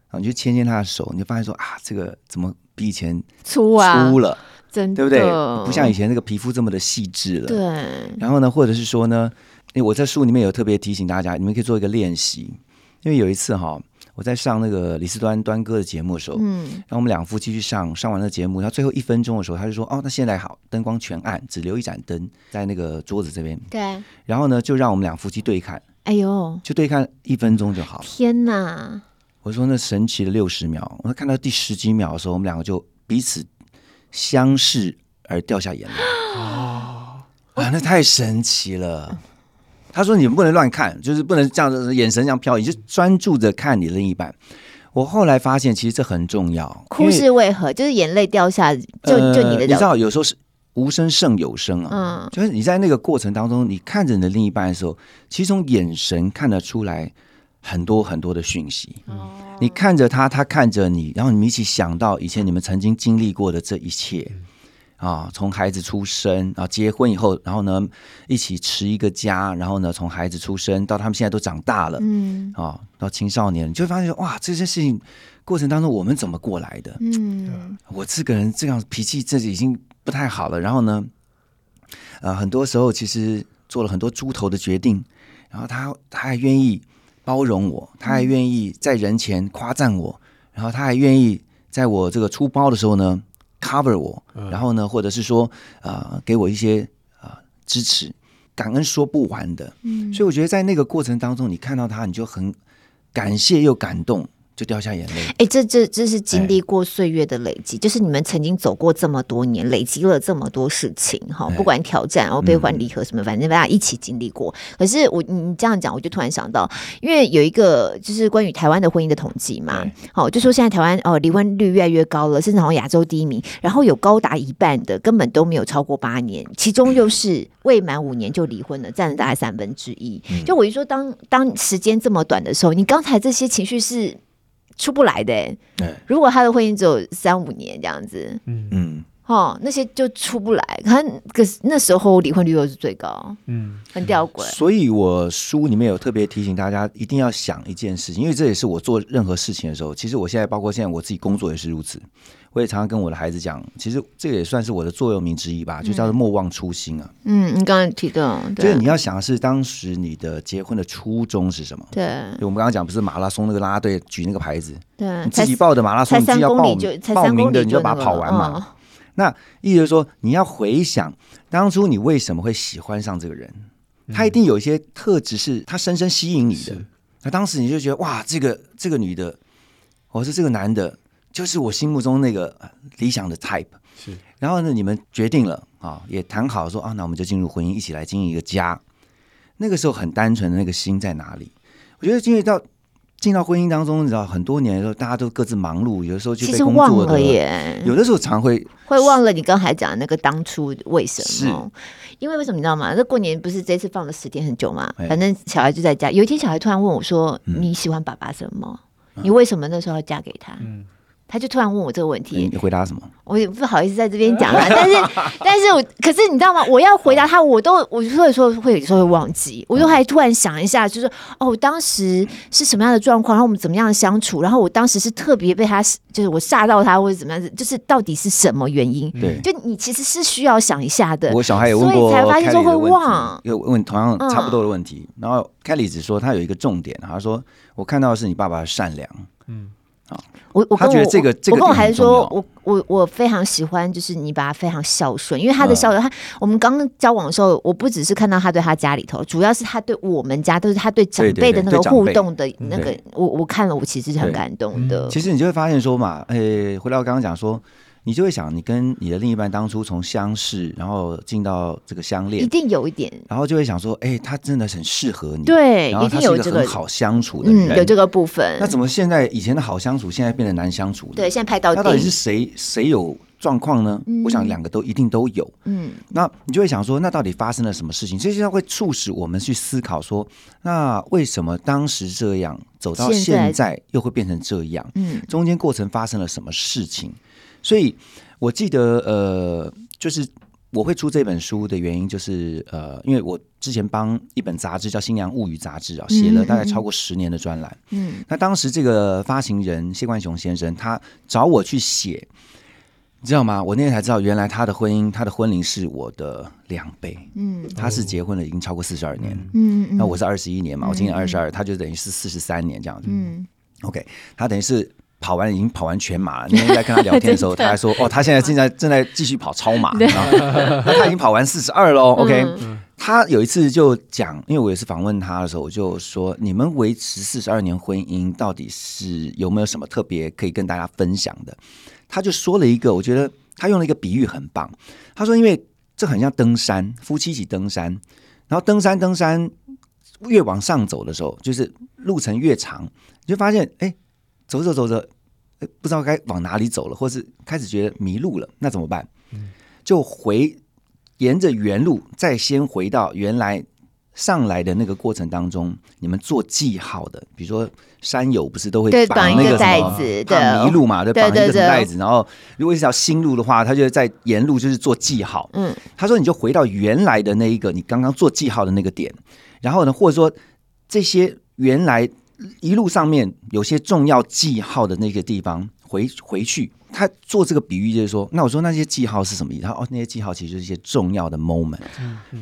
C: 然后你就牵牵他的手，你就发现说啊，这个怎么比以前
A: 粗啊，
C: 粗了，
A: 真的，
C: 对不对？不像以前那个皮肤这么的细致了。
A: 对。
C: 然后呢，或者是说呢，因为我在书里面有特别提醒大家，你们可以做一个练习，因为有一次哈、我在上那个李斯端端哥的节目的时候，
A: 嗯，
C: 然后我们两夫妻去上上完了节目，然后最后一分钟的时候，他就说：“哦，那现在好，灯光全暗，只留一盏灯在那个桌子这边。
A: 对，”
C: 然后呢，就让我们两夫妻对看，
A: 哎呦，
C: 就对看一分钟就好了。
A: 天哪，
C: 我说那神奇的六十秒，我看到第十几秒的时候，我们两个就彼此相视而掉下眼泪。啊，那太神奇了！他说你们不能乱看，就是不能这样子眼神这样飘移，就专注着看你的另一半。我后来发现，其实这很重要。
A: 哭
C: 因为
A: 是为何？就是眼泪掉下，就
C: 呃
A: 就你的
C: 你知
A: 角，
C: 道有时候是无声胜有声啊，
A: 嗯
C: 就是你在那个过程当中，你看着你的另一半的时候，其实从眼神看得出来很多很多的讯息。你看着他，他看着你，然后你们一起想到以前你们曾经经历过的这一切。啊，从孩子出生啊，结婚以后，然后呢，一起持一个家，然后呢，从孩子出生到他们现在都长大了，
A: 嗯
C: 啊，到青少年，你就会发现哇，这些事情过程当中我们怎么过来的？
A: 嗯，
C: 我这个人这样脾气，这已经不太好了。然后呢，呃，很多时候其实做了很多猪头的决定，然后他他还愿意包容我，他还愿意在人前夸赞我，然后他还愿意在我这个出包的时候呢 cover 我，然后呢，或者是说呃给我一些呃支持，感恩说不完的。所以我觉得在那个过程当中，你看到他，你就很感谢又感动，就掉下眼泪。
A: 哎，这这这是经历过岁月的累积，就是你们曾经走过这么多年，累积了这么多事情哈，
C: 哎
A: 不管挑战，然哦后悲
C: 嗯
A: 欢离合什么，反正大家一起经历过。可是我你你这样讲，我就突然想到，因为有一个就是关于台湾的婚姻的统计嘛
C: 对，
A: 好，就说现在台湾哦离婚率越来越高了，甚至好像亚洲第一名，然后有高达一半的根本都没有超过八年，其中又是未满五年就离婚了，占了大概三分之一。
C: 嗯
A: 就我一说当当时间这么短的时候，你刚才这些情绪是出不来的、欸。
C: 对
A: 如果他的婚姻只有三五年这样子，
B: 嗯
C: 嗯，
A: 哦，那些就出不来。可能可是那时候离婚率又是最高，
B: 嗯，
A: 很吊诡。
C: 所以我书里面有特别提醒大家，一定要想一件事情，因为这也是我做任何事情的时候，其实我现在包括现在我自己工作也是如此。我也常常跟我的孩子讲，其实这个也算是我的座右铭之一吧，就叫做莫忘初心啊。
A: 嗯，你刚才提到，
C: 就是
A: 对
C: 你要想的是当时你的结婚的初衷是什么。
A: 对
C: 就我们刚刚讲，不是马拉松那个啦啦队举那个牌子，
A: 对，
C: 你自己
A: 嗯才
C: 报的马拉松，
A: 才
C: 你自
A: 三
C: 己要
A: 公
C: 报
A: 里就
C: 名
A: 才
C: 报
A: 三
C: 名
A: 公
C: 的，
A: 里
C: 你
A: 就嗯
C: 就把它跑完嘛。
A: 嘛。
C: 那意思就是说，你要回想当初你为什么会喜欢上这个人，他一定有一些特质是他深深吸引你的
B: 是。
C: 那当时你就觉得哇，这个这个女的，或是这个男的，就是我心目中那个呃理想的 type。
B: 是
C: 然后呢，你们决定了啊，也谈好说啊，那我们就进入婚姻，一起来经营一个家。那个时候很单纯的那个心在哪里？我觉得进入到进到婚姻当中，你知道很多年的时候，大家都各自忙碌，有的时候就
A: 其
C: 被
A: 实
C: 工
A: 忘
C: 作
A: 了
C: 的，
A: 耶，
C: 有的时候常会
A: 会忘了你刚才讲的那个当初为什么？因为为什么你知道吗？那过年不是这次放了十天很久嘛，
C: 哎嗯
A: 反正小孩就在家。有一天，小孩突然问我说：“你喜欢爸爸什么？你为什么那时候要嫁给他？”他就突然问我这个问题，
C: 哎你回答什么？
A: 我也不好意思在这边讲啦，啊但是，但是我可是你知道吗？我要回答他，我都我所以说会有时候会忘记，我就还突然想一下，就是哦，我当时是什么样的状况，然后我们怎么样的相处，然后我当时是特别被他，就是我吓到他或者怎么样子，就是到底是什么原因？
C: 对，
A: 就你其实是需要想一下的。
C: 我小孩也问
A: 嗯所
C: 过
A: 以才发现
C: Kelly
A: 说会
C: 的问题
A: 忘
C: 又问同样
A: 嗯
C: 差不多的问题。然后 Kelly 只说他有一个重点，他说我看到的是你爸爸的善良，
A: 我我
C: 他
A: 跟我
C: 觉得这个
A: 我
C: 这个
A: 我跟我
C: 点很
A: 孩子说，
C: 重
A: 我我我非常喜欢，就是你把他非常孝顺，因为他的
C: 嗯
A: 孝顺，他我们刚交往的时候，我不只是看到他对他家里头，主要是他对我们家，都是他对长
C: 对对
A: 辈的那
C: 对
A: 个
C: 对长
A: 互
C: 辈嗯
A: 动的那个
C: 对，
A: 我我看了，我其实是很
C: 对
A: 感动的。
C: 其实你就会发现说嘛，诶、回到我刚刚讲说，你就会想，你跟你的另一半当初从相识，然后进到这个相
A: 一
C: 恋，
A: 定有一点，
C: 然后就会想说，诶、他真的很适合你，，
A: 对，
C: 然后
A: 一
C: 他
A: 定
C: 是
A: 有
C: 一
A: 这个
C: 个很，好相处的人，
A: 嗯，有这个部分
C: 那。怎么现在以前的好相处，现在变得难相处呢？
A: 对，现在拍到
C: 那到底是
A: 底，
C: 谁谁有状况呢？我想两个都一定都有。
A: 嗯，
C: 那你就会想说，那到底发生了什么事情？这些会促使我们去思考说，那为什么当时这样，走到
A: 现在
C: 现在又会变成这样？
A: 嗯，
C: 中间过程发生了什么事情？所以我记得，呃，就是我会出这本书的原因，就是呃，因为我之前帮一本杂志叫《新娘物语》杂志啊，写了大概超过十年的专栏。
A: 嗯，
C: 那当时这个发行人谢冠雄先生，他找我去写，你知道吗？我那天才知道，原来他的婚姻，他的婚龄是我的两倍。
A: 嗯，
C: 他是结婚了已经超过四十二年，
A: 嗯嗯
C: 那我是二十一年嘛，我今年二十二，他就等于是四十三年这样子。
A: 嗯，
C: OK，他等于是跑完已经跑完全马了。那天在跟他聊天的时候，他还说：“哦，他现在正在正在继续跑超马，你知道吗那他已经跑完四十二喽。”OK，、他有一次就讲，因为我也是访问他的时候，我就说：“你们维持四十二年婚姻，到底是有没有什么特别可以跟大家分享的？”他就说了一个，我觉得他用了一个比喻很棒。他说：“因为这很像登山，夫妻一起登山，然后登山登山。”越往上走的时候，就是路程越长，你就发现，哎，走着走着，哎不知道该往哪里走了，或是开始觉得迷路了，那怎么办？就回沿着原路，再先回到原来上来的那个过程当中，你们做记号的，比如说山友不是都会
A: 对，
C: 绑
A: 绑一
C: 那
A: 个
C: 个
A: 袋
C: 什
B: 么
C: 么？
A: 子，
C: 怕
A: 对，
C: 迷路嘛，对，
A: 对
C: 绑一个
A: 对
C: 什么
A: 对
C: 袋子，然后如果是条新路的话，他就在沿路就是做记号，
A: 嗯，
C: 他说你就回到原来的那一个你刚刚做记号的那个点，然后呢，或者说这些原来一路上面有些重要记号的那个地方回回去。他做这个比喻就是说，那我说那些记号是什么意思？他说哦，那些记号其实就是一些重要的 moment，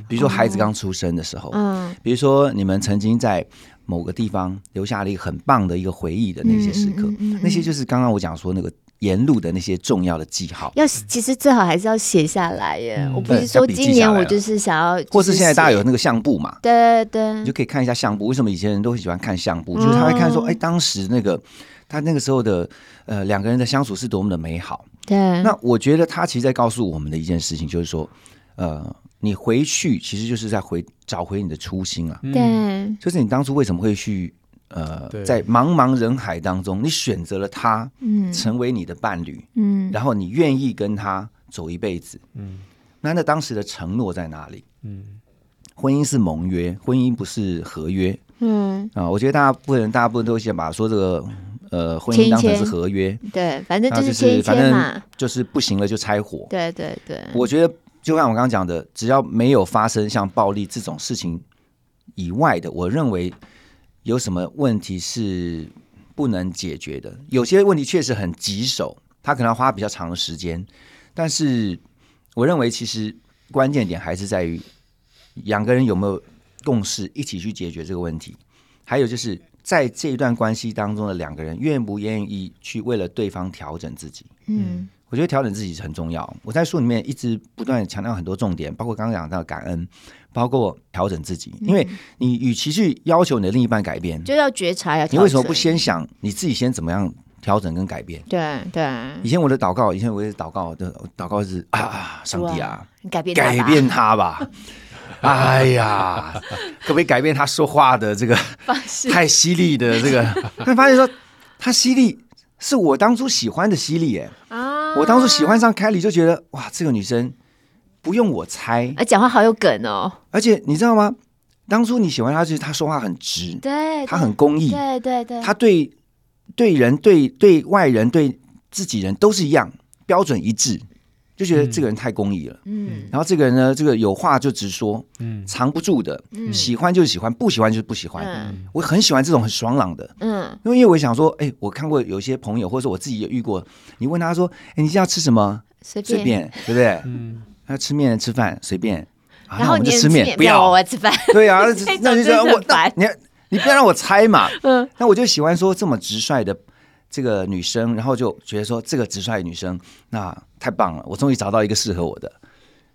C: 比如说孩子刚出生的时候，
A: 嗯，
C: 比如说你们曾经在某个地方留下了一个很棒的一个回忆的那些时刻，那些就是刚刚我讲说那个沿路的那些重要的记号，
A: 要其实最好还是要写下来耶。
B: 嗯
A: 我不是
C: 对
A: 说
C: 要笔记
A: 今年
C: 下来
A: 我
C: 了
A: 就是想要，
C: 或是现在大家有
A: 那
C: 那个相簿嘛，
A: 对
C: 你
A: 对
C: 就可以看一下相簿。为什么以前人都会喜欢看相簿？就是他会看说，
A: 嗯
C: 哎，当时那个他那个时候的呃两个人的相处是多么的美好。
A: 对，
C: 那我觉得他其实在告诉我们的一件事情，就是说，呃，你回去其实就是在回找回你的初心啊，
A: 对
C: 就是你当初为什么会去呃
B: 对，
C: 在茫茫人海当中，你选择了他
A: 嗯
C: 成为你的伴侣，
A: 嗯
C: 然后你愿意跟他走一辈子，
B: 嗯
C: 那那当时的承诺在哪里？
B: 嗯，
C: 婚姻是盟约，婚姻不是合约
A: 嗯，
C: 啊、我觉得大家不能，大家不能都先把说这个呃婚姻当成是合约，
A: 对，反正
C: 然后
A: 是
C: 就
A: 签一
C: 是反
A: 签
C: 正
A: 嘛，
C: 就是不行了就拆伙。
A: 对对对，
C: 我觉得就像我刚刚讲的，只要没有发生像暴力这种事情以外的，我认为有什么问题是不能解决的。有些问题确实很棘手，它可能要花比较长的时间，但是我认为其实关键点还是在于两个人有没有共识，一起去解决这个问题。还有就是在这一段关系当中的两个人，愿不愿意去为了对方调整自己？
A: 嗯
C: 我觉得调整自己是很重要。我在书里面一直不断地强调很多重点，包括刚刚讲到感恩，包括调整自己。因为你与其去要求你的另一半改变，
A: 嗯就要觉察要，
C: 你为什么不？先想你自己先怎么样调整跟改变？
A: 对对，
C: 以前我的祷告，以前我也祷告的祷告是啊，上帝啊，
A: 你改变他
C: 改
A: 吧
C: 变他 吧。哎呀，可不可以改变他说话的这个
A: 方式，
C: 太犀利的这个？但发现说他犀利是我当初喜欢的犀利耶、
A: 啊
C: 我当初喜欢上凯莉，就觉得哇，这个女生不用我猜，
A: 啊，讲话好有梗哦，
C: 而且你知道吗？当初你喜欢她，就是她说话很直，
A: 对，
C: 她很公益，
A: 对对对，
C: 她对对人、对对外人、对自己人都是一样，标准一致，就觉得这个人太公益了。
A: 嗯
C: 然后这个人呢，这个有话就直说，
B: 嗯
C: 藏不住的，
A: 嗯
C: 喜欢就是喜欢，不喜欢就是不喜欢。
A: 嗯
C: 我很喜欢这种很爽朗的，
A: 嗯
C: 因为因为我想说，哎，我看过有些朋友，或者说我自己也遇过，你问他说，哎，你今天要吃什么？
A: 随
C: 随
A: 便，
C: 便，对不对？
B: 嗯，
C: 他吃面吃饭随便，
A: 然
C: 啊、那
A: 后
C: 我们
A: 你
C: 就
A: 也
C: 吃面
A: 不要我要吃饭，
C: 对啊，那
A: 这种
C: 那就
A: 真的
C: 是我
A: 很
C: 那
A: 烦
C: 你你不要让我猜嘛，
A: 嗯
C: 那我就喜欢说这么直率的这个女生，然后就觉得说这个直率的女生那太棒了，我终于找到一个适合我的。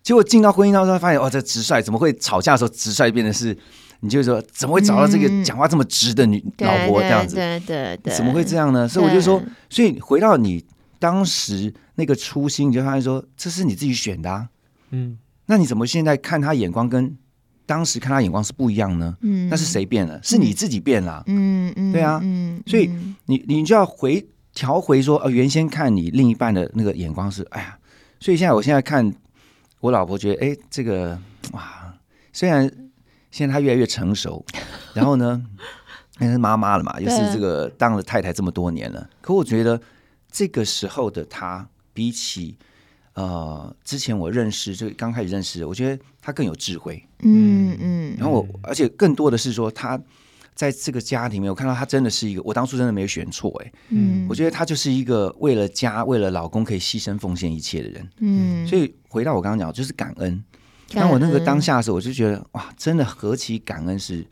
C: 结果进到婚姻当中，发现哦哇，这直率怎么会吵架的时候直率变得是，你就说怎么会找到这个
A: 嗯
C: 讲话这么直的女、
A: 对
C: 老婆这样子？
A: 对对对，
C: 怎么会这
A: 样？
C: 样呢？所以我就
A: 对
C: 说，所以回到你当时那个初心，你就发现说这是你自己选的、啊，
B: 嗯，
C: 那你怎么现在看他眼光跟当时看他眼光是不一样呢？
A: 嗯
C: 那是？谁变了？是你自己变了啊、
A: 嗯嗯，
C: 对啊
A: 嗯，
C: 所以
A: 嗯
C: 你你就要回调回说，呃，原先看你另一半的那个眼光是，哎呀，所以现在我现在看我老婆觉得，哎，这个哇，虽然现在她越来越 成熟，然后呢，因为是妈妈了嘛，又是这个当了太太这么多年了，可我觉得这个时候的她，比起呃之前我认识就刚开始认识的，我觉得她更有智慧。
A: 嗯嗯
C: 然后我，而且更多的是说，她在这个家里面，我看到她真的是一个，我当初真的没有选错、哎。
A: 嗯，
C: 我觉得她就是一个为了家、为了老公可以牺牲奉献一切的人。
A: 嗯，
C: 所以回到我刚刚讲，就是感恩。
A: 感
C: 当我那个
A: 恩
C: 当下的时候，我就觉得哇，真的何其感恩，是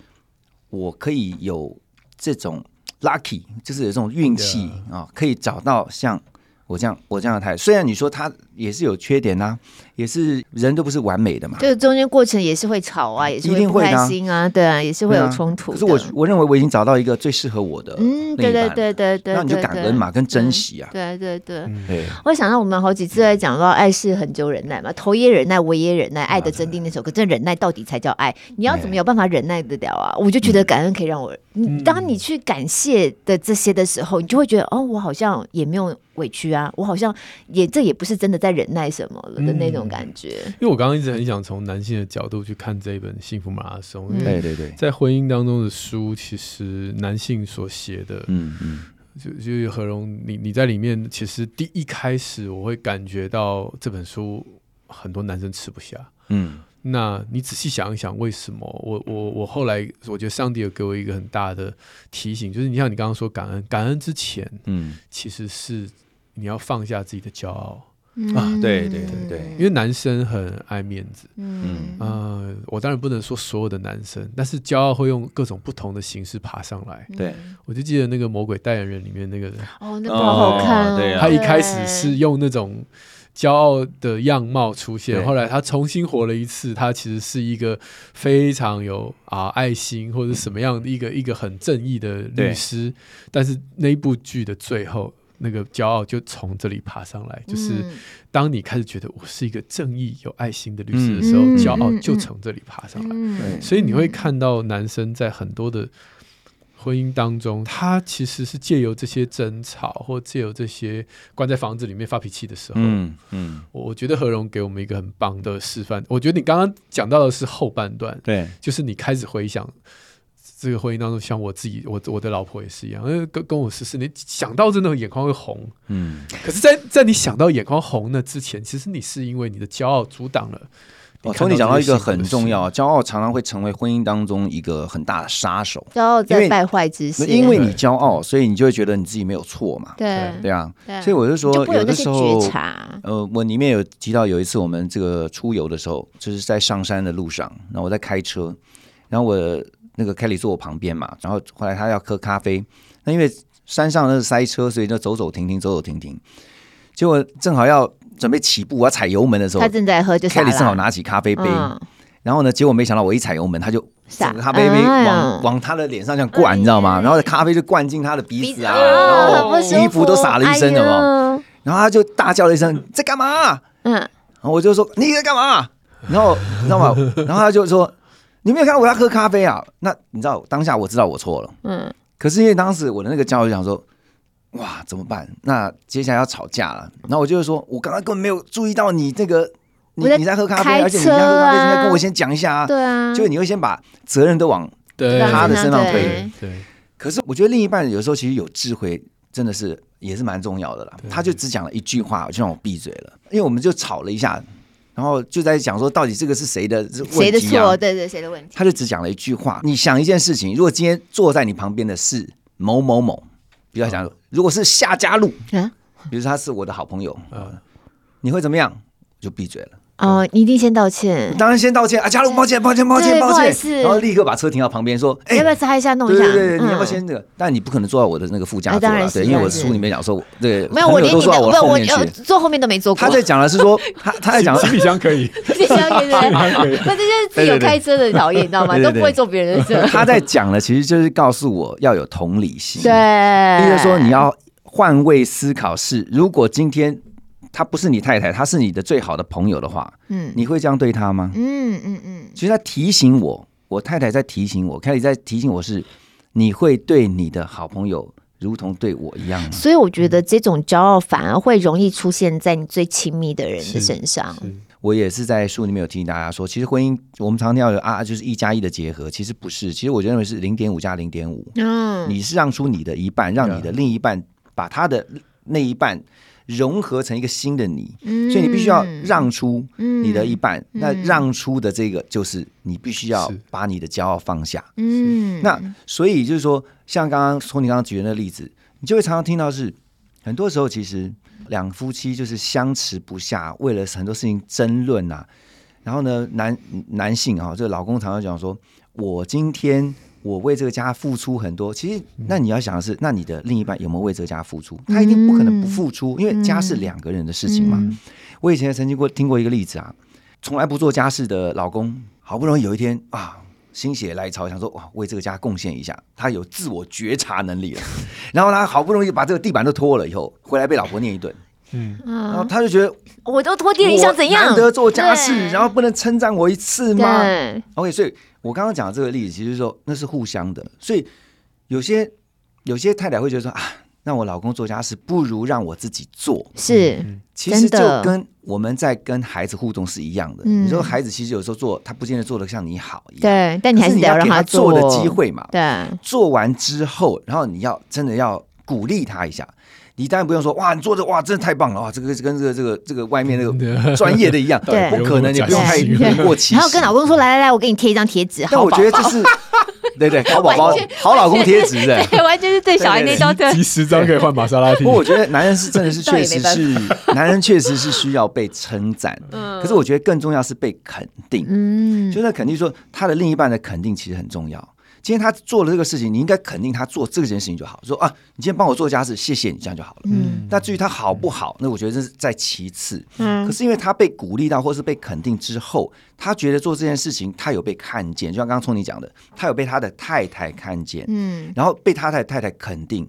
C: 我可以有这种 lucky，就是有这种运气啊
B: Yeah
C: 可以找到像我这样我这样的太太。虽然你说她也是有缺点呐、啊也是人都不是完美的嘛，
A: 这个嗯中间过程也是会吵啊，也是
C: 一定
A: 不
C: 会的
A: 开
C: 啊
A: 心啊，对啊，也是会
C: 对
A: 有
C: 啊
A: 冲突
C: 可
A: 的。
C: 是我我认为我已经找到一个最适合我的呃另
A: 嗯，
C: 一
A: 对
C: 半
A: 对
C: 了，
A: 对对对，
C: 那你就
A: 对
C: 感恩。嘛，跟珍惜啊，
A: 对对对对，
C: 对。
A: 我想到我们好几次在讲到爱是很久忍耐嘛，头也忍耐，我也忍耐，
C: 啊
A: 爱的真谛那首歌，这忍耐到底才叫爱？你要怎么有办法忍耐得了啊？我就
C: 嗯
A: 觉得感恩可以让我，你当你去感谢的这些的时候，你就会觉得哦，我好像也没有委屈啊，我好像也这也不是真的在忍耐什么了的那种
B: 嗯
A: 感
C: 啊
A: 觉。
B: 因为我刚刚一直很想从男性的角度去看这一本《幸福马拉松》，
A: 嗯
B: 因为
C: 对对对，
B: 在婚姻当中的书，其实男性所写的，
C: 嗯嗯，
B: 就就是何荣，你你在里面，其实第一开始我会感觉到这本书很多男生吃不下，
C: 嗯
B: 那你仔细想一想，为什么我我我后来我觉得上帝有给我一个很大的提醒，就是你像你刚刚说感恩，感恩之前
C: 嗯
B: 其实是你要放下自己的骄傲，
C: 啊对对对对
B: 因为男生很爱面子。
A: 嗯
B: 呃，我当然不能说所有的男生，但是骄傲会用各种不同的形式爬上来。
A: 嗯
C: 对
B: 我就记得那个《魔鬼代言人》里面那个人，
A: 哦，那个好好看
C: 哦
A: 哦，
C: 对啊
B: 他一开始是用那种骄傲的样貌出现，
C: 对
B: 后来他重新活了一次，他其实是一个非常有啊爱心或者什么样的一个一个很正义的律师，但是那部剧的最后。那个骄傲就从这里爬上来，就是
A: 嗯
B: 当你开始觉得我是一个正义、有爱心的律师的时候，
A: 嗯
B: 骄傲
A: 嗯嗯
B: 就从这里爬上来。
A: 嗯
B: 所以你会看到男生在很多的婚姻当中，他其实是借由这些争吵，或借由这些关在房子里面发脾气的时候，
C: 嗯嗯，
B: 我我觉得何荣给我们一个很棒的示范。我觉得你刚刚讲到的是后半段，
C: 对，
B: 就是你开始回想。这个婚姻当中，像我自己，我我的老婆也是一样，呃跟跟我十四年，想到真的眼眶会红。
C: 嗯
B: 可是在，在你想到眼眶红的之前，其实你是因为你的骄傲阻挡了。
C: 哦，从你讲到一个很重
B: 要。
C: 要，啊骄傲常常会成为婚姻当中一个很大的杀手。
A: 骄傲
C: 因
A: 在
C: 为
A: 败坏之
C: 那
A: 心，
C: 因为你骄傲，所以你就会觉得你自己没有错嘛，
A: 对
C: 对啊。
A: 对，
C: 所以我就说
A: 嗯就，不会有那
C: 的
A: 些
C: 时候
A: 觉，察，
C: 呃，我里面有提到有一次我们这个出游的时候，就是在上山的路上，然后我在开车，然后我那个凯里坐我旁边嘛，然后后来他要喝咖啡，那因为山上那是塞车，所以就走走停停，走走停停，结果正好要准备起步，我要踩油门的时候
A: 他，正在喝就
C: 凯
A: 傻
C: 里正好
A: 了，
C: 拿起咖啡杯，
A: 嗯，
C: 然后呢，结果没想到我一踩油门，他就
A: 傻
C: 整个咖啡杯
A: 哎呀哎
C: 往往他的脸上这样灌，你知道吗？然后咖啡就灌进他的鼻子啊，
A: 啊
C: 然后
A: 不舒服
C: 衣服都洒了一身了嘛。然后他就大叫了一声：“你在干嘛啊、
A: 哎呀
C: 然后我就说：“你在干嘛啊、然后你知道吗？然后他就说：“你没有看到我在喝咖啡啊？”那你知道当下我知道我错了，
A: 嗯
C: 可是因为当时我的那个教育想说。哇，怎么办？那接下来要吵架了。然后我就说，我刚刚根本没有注意到你这个，你
A: 我在
C: 你在喝咖
A: 开
C: 啡，而且你在喝咖啡，
A: 车啊
C: 应该跟我先讲一下啊
A: 嗯，。对啊，
C: 就你会先把责任都往
B: 对
C: 他的身上
A: 对
C: 推。
B: 对，
C: 可是我觉得另一半有时候其实有智慧，真的是也是蛮重要的啦。他就只讲了一句话，就让我闭嘴了，因为我们就吵了一下，然后就在讲说到底这个是谁的这问题啊
A: 谁的错？对对，谁的问题？
C: 他就只讲了一句话。你想一件事情，如果今天坐在你旁边的是某某某，比如他讲，如果是夏家路，
A: 啊
C: 比如说他是我的好朋友，
B: 嗯
C: 你会怎么样？就闭嘴了。
A: 哦，你一定先道歉，
C: 当然先道歉啊，家路，抱歉，抱歉，抱歉，
A: 对
C: 抱
A: 不好意
C: 歉
A: 思，
C: 然后立刻把车停到旁边，说，哎、
A: 要不要擦一下弄
C: 对
A: 一下？
C: 对对，你要不要
A: 嗯
C: 先那个？但你不可能坐在我的那个副驾
A: 啊
C: 座
A: 当然
C: 啦，
A: 是
C: 对，因为
A: 当
C: 我
A: 然
C: 书
A: 是
C: 里面讲说，对，
A: 没有，
C: 朋
A: 我
C: 友
A: 连
C: 都
A: 你
C: 坐
A: 的
C: 在我
A: 不是
C: 后
A: 我
C: 面去
A: 呃。坐后面都没坐过。
C: 他在讲的是说，他 他在讲的
D: 行，行李箱可以，
A: 这 些 对对对， 那这就是自己有开车的讨厌，你知道吗？
C: 对对
A: 都
C: 对
A: 不会坐别人的车。
C: 他在讲的其实就是告诉我要有同理心，
A: 对，，
C: 意思是说你要换位思考是，如果今天他不是你太太，他是你的最好的朋友的话，
A: 嗯
C: 你会这样对他吗？
A: 嗯嗯嗯，
C: 其实他提醒我，我太太在提醒我，凯里在提醒我是，你会对你的好朋友如同对我一样吗？
A: 所以我觉
C: 嗯
A: 得这种骄傲反而会容易出现在你最亲密的人的身上。
C: 我也是在书里面有提醒大家说，其实婚姻我们常听到有啊，就是一加一的结合，其实不是，其实我认为是零点五加零点五，
A: 嗯，
C: 你是让出你的一半，让你的另一半把他的那一半融合成一个新的你，
A: 嗯
C: 所以你必须要让出你的一半，
A: 嗯
C: 那让出的这个就是你必须要
B: 是
C: 把你的骄傲放下。
A: 嗯，
C: 那所以就是说，像刚刚从你刚刚举的那个例子，你就会常常听到是，很多时候其实两夫妻就是相持不下，为了很多事情争论啊。然后呢，男男性哈、这个老公常常讲说，我今天我为这个家付出很多。其实，那你要想的是，那你的另一半有没有为这个家付出？他一定不可能不付出，因为家是两个人的事情嘛。我以前曾经过听过一个例子啊，从来不做家事的老公，好不容易有一天啊，心血来潮想说哇，为这个家贡献一下，他有自我觉察能力了。 然后他好不容易把这个地板都拖了以后，回来被老婆念一顿，然后
A: 嗯，
C: 他就觉得
A: 我都拖地了一下，
C: 我
A: 怎样？
C: 难得做家事，
A: 对
C: 然后不能称赞我一次吗？
A: 对，
C: OK，所以我刚刚讲的这个例子，其实说那是互相的，所以有些有些太太会觉得说啊，让我老公做家事，不如让我自己做。嗯
A: 是，
C: 其实就
A: 真的
C: 跟我们在跟孩子互动是一样的。
A: 嗯
C: 你说孩子其实有时候做，他不见得做的像你好一样，
A: 对，但你还
C: 可
A: 是
C: 是
A: 得
C: 要
A: 让
C: 给他
A: 做
C: 做的机，会嘛。
A: 对，
C: 做完之后，然后你要真的要鼓励他一下。你当然不用说哇，你做的哇，真的太棒了哇，这个跟这个这个这个外面那个 专业的一样，
A: 对
C: 不可能，你不用太
A: 对
C: 言过其实。嗯
A: 然后跟老公说：“来来来，我给你贴一张贴纸，
C: 但
A: 好
C: 我
A: 吧
C: 觉？”得这是对对好宝宝
A: 完全
C: 好老公贴纸的。
A: 对，完全哦是对小孩那招的。
B: 几十张可以换玛莎拉蒂
C: 不，过我觉得男人是真的是
A: 倒也
C: 确
A: 没
C: 实是，男人确实是需要被称赞，可是我觉得更重要是被肯定。
A: 嗯，
C: 就那肯定说他的另一半的肯定其实很重要。今天他做了这个事情，你应该肯定他做这件事情就好，说啊，你今天帮我做家事，谢谢你，这样就好了。
A: 嗯，
C: 那至于他好不好，那我觉得这是在其次。
A: 嗯
C: 可是因为他被鼓励到，或是被肯定之后，他觉得做这件事情他有被看见，就像刚刚聪你讲的，他有被他的太太看见，
A: 嗯，
C: 然后被他的太太肯定，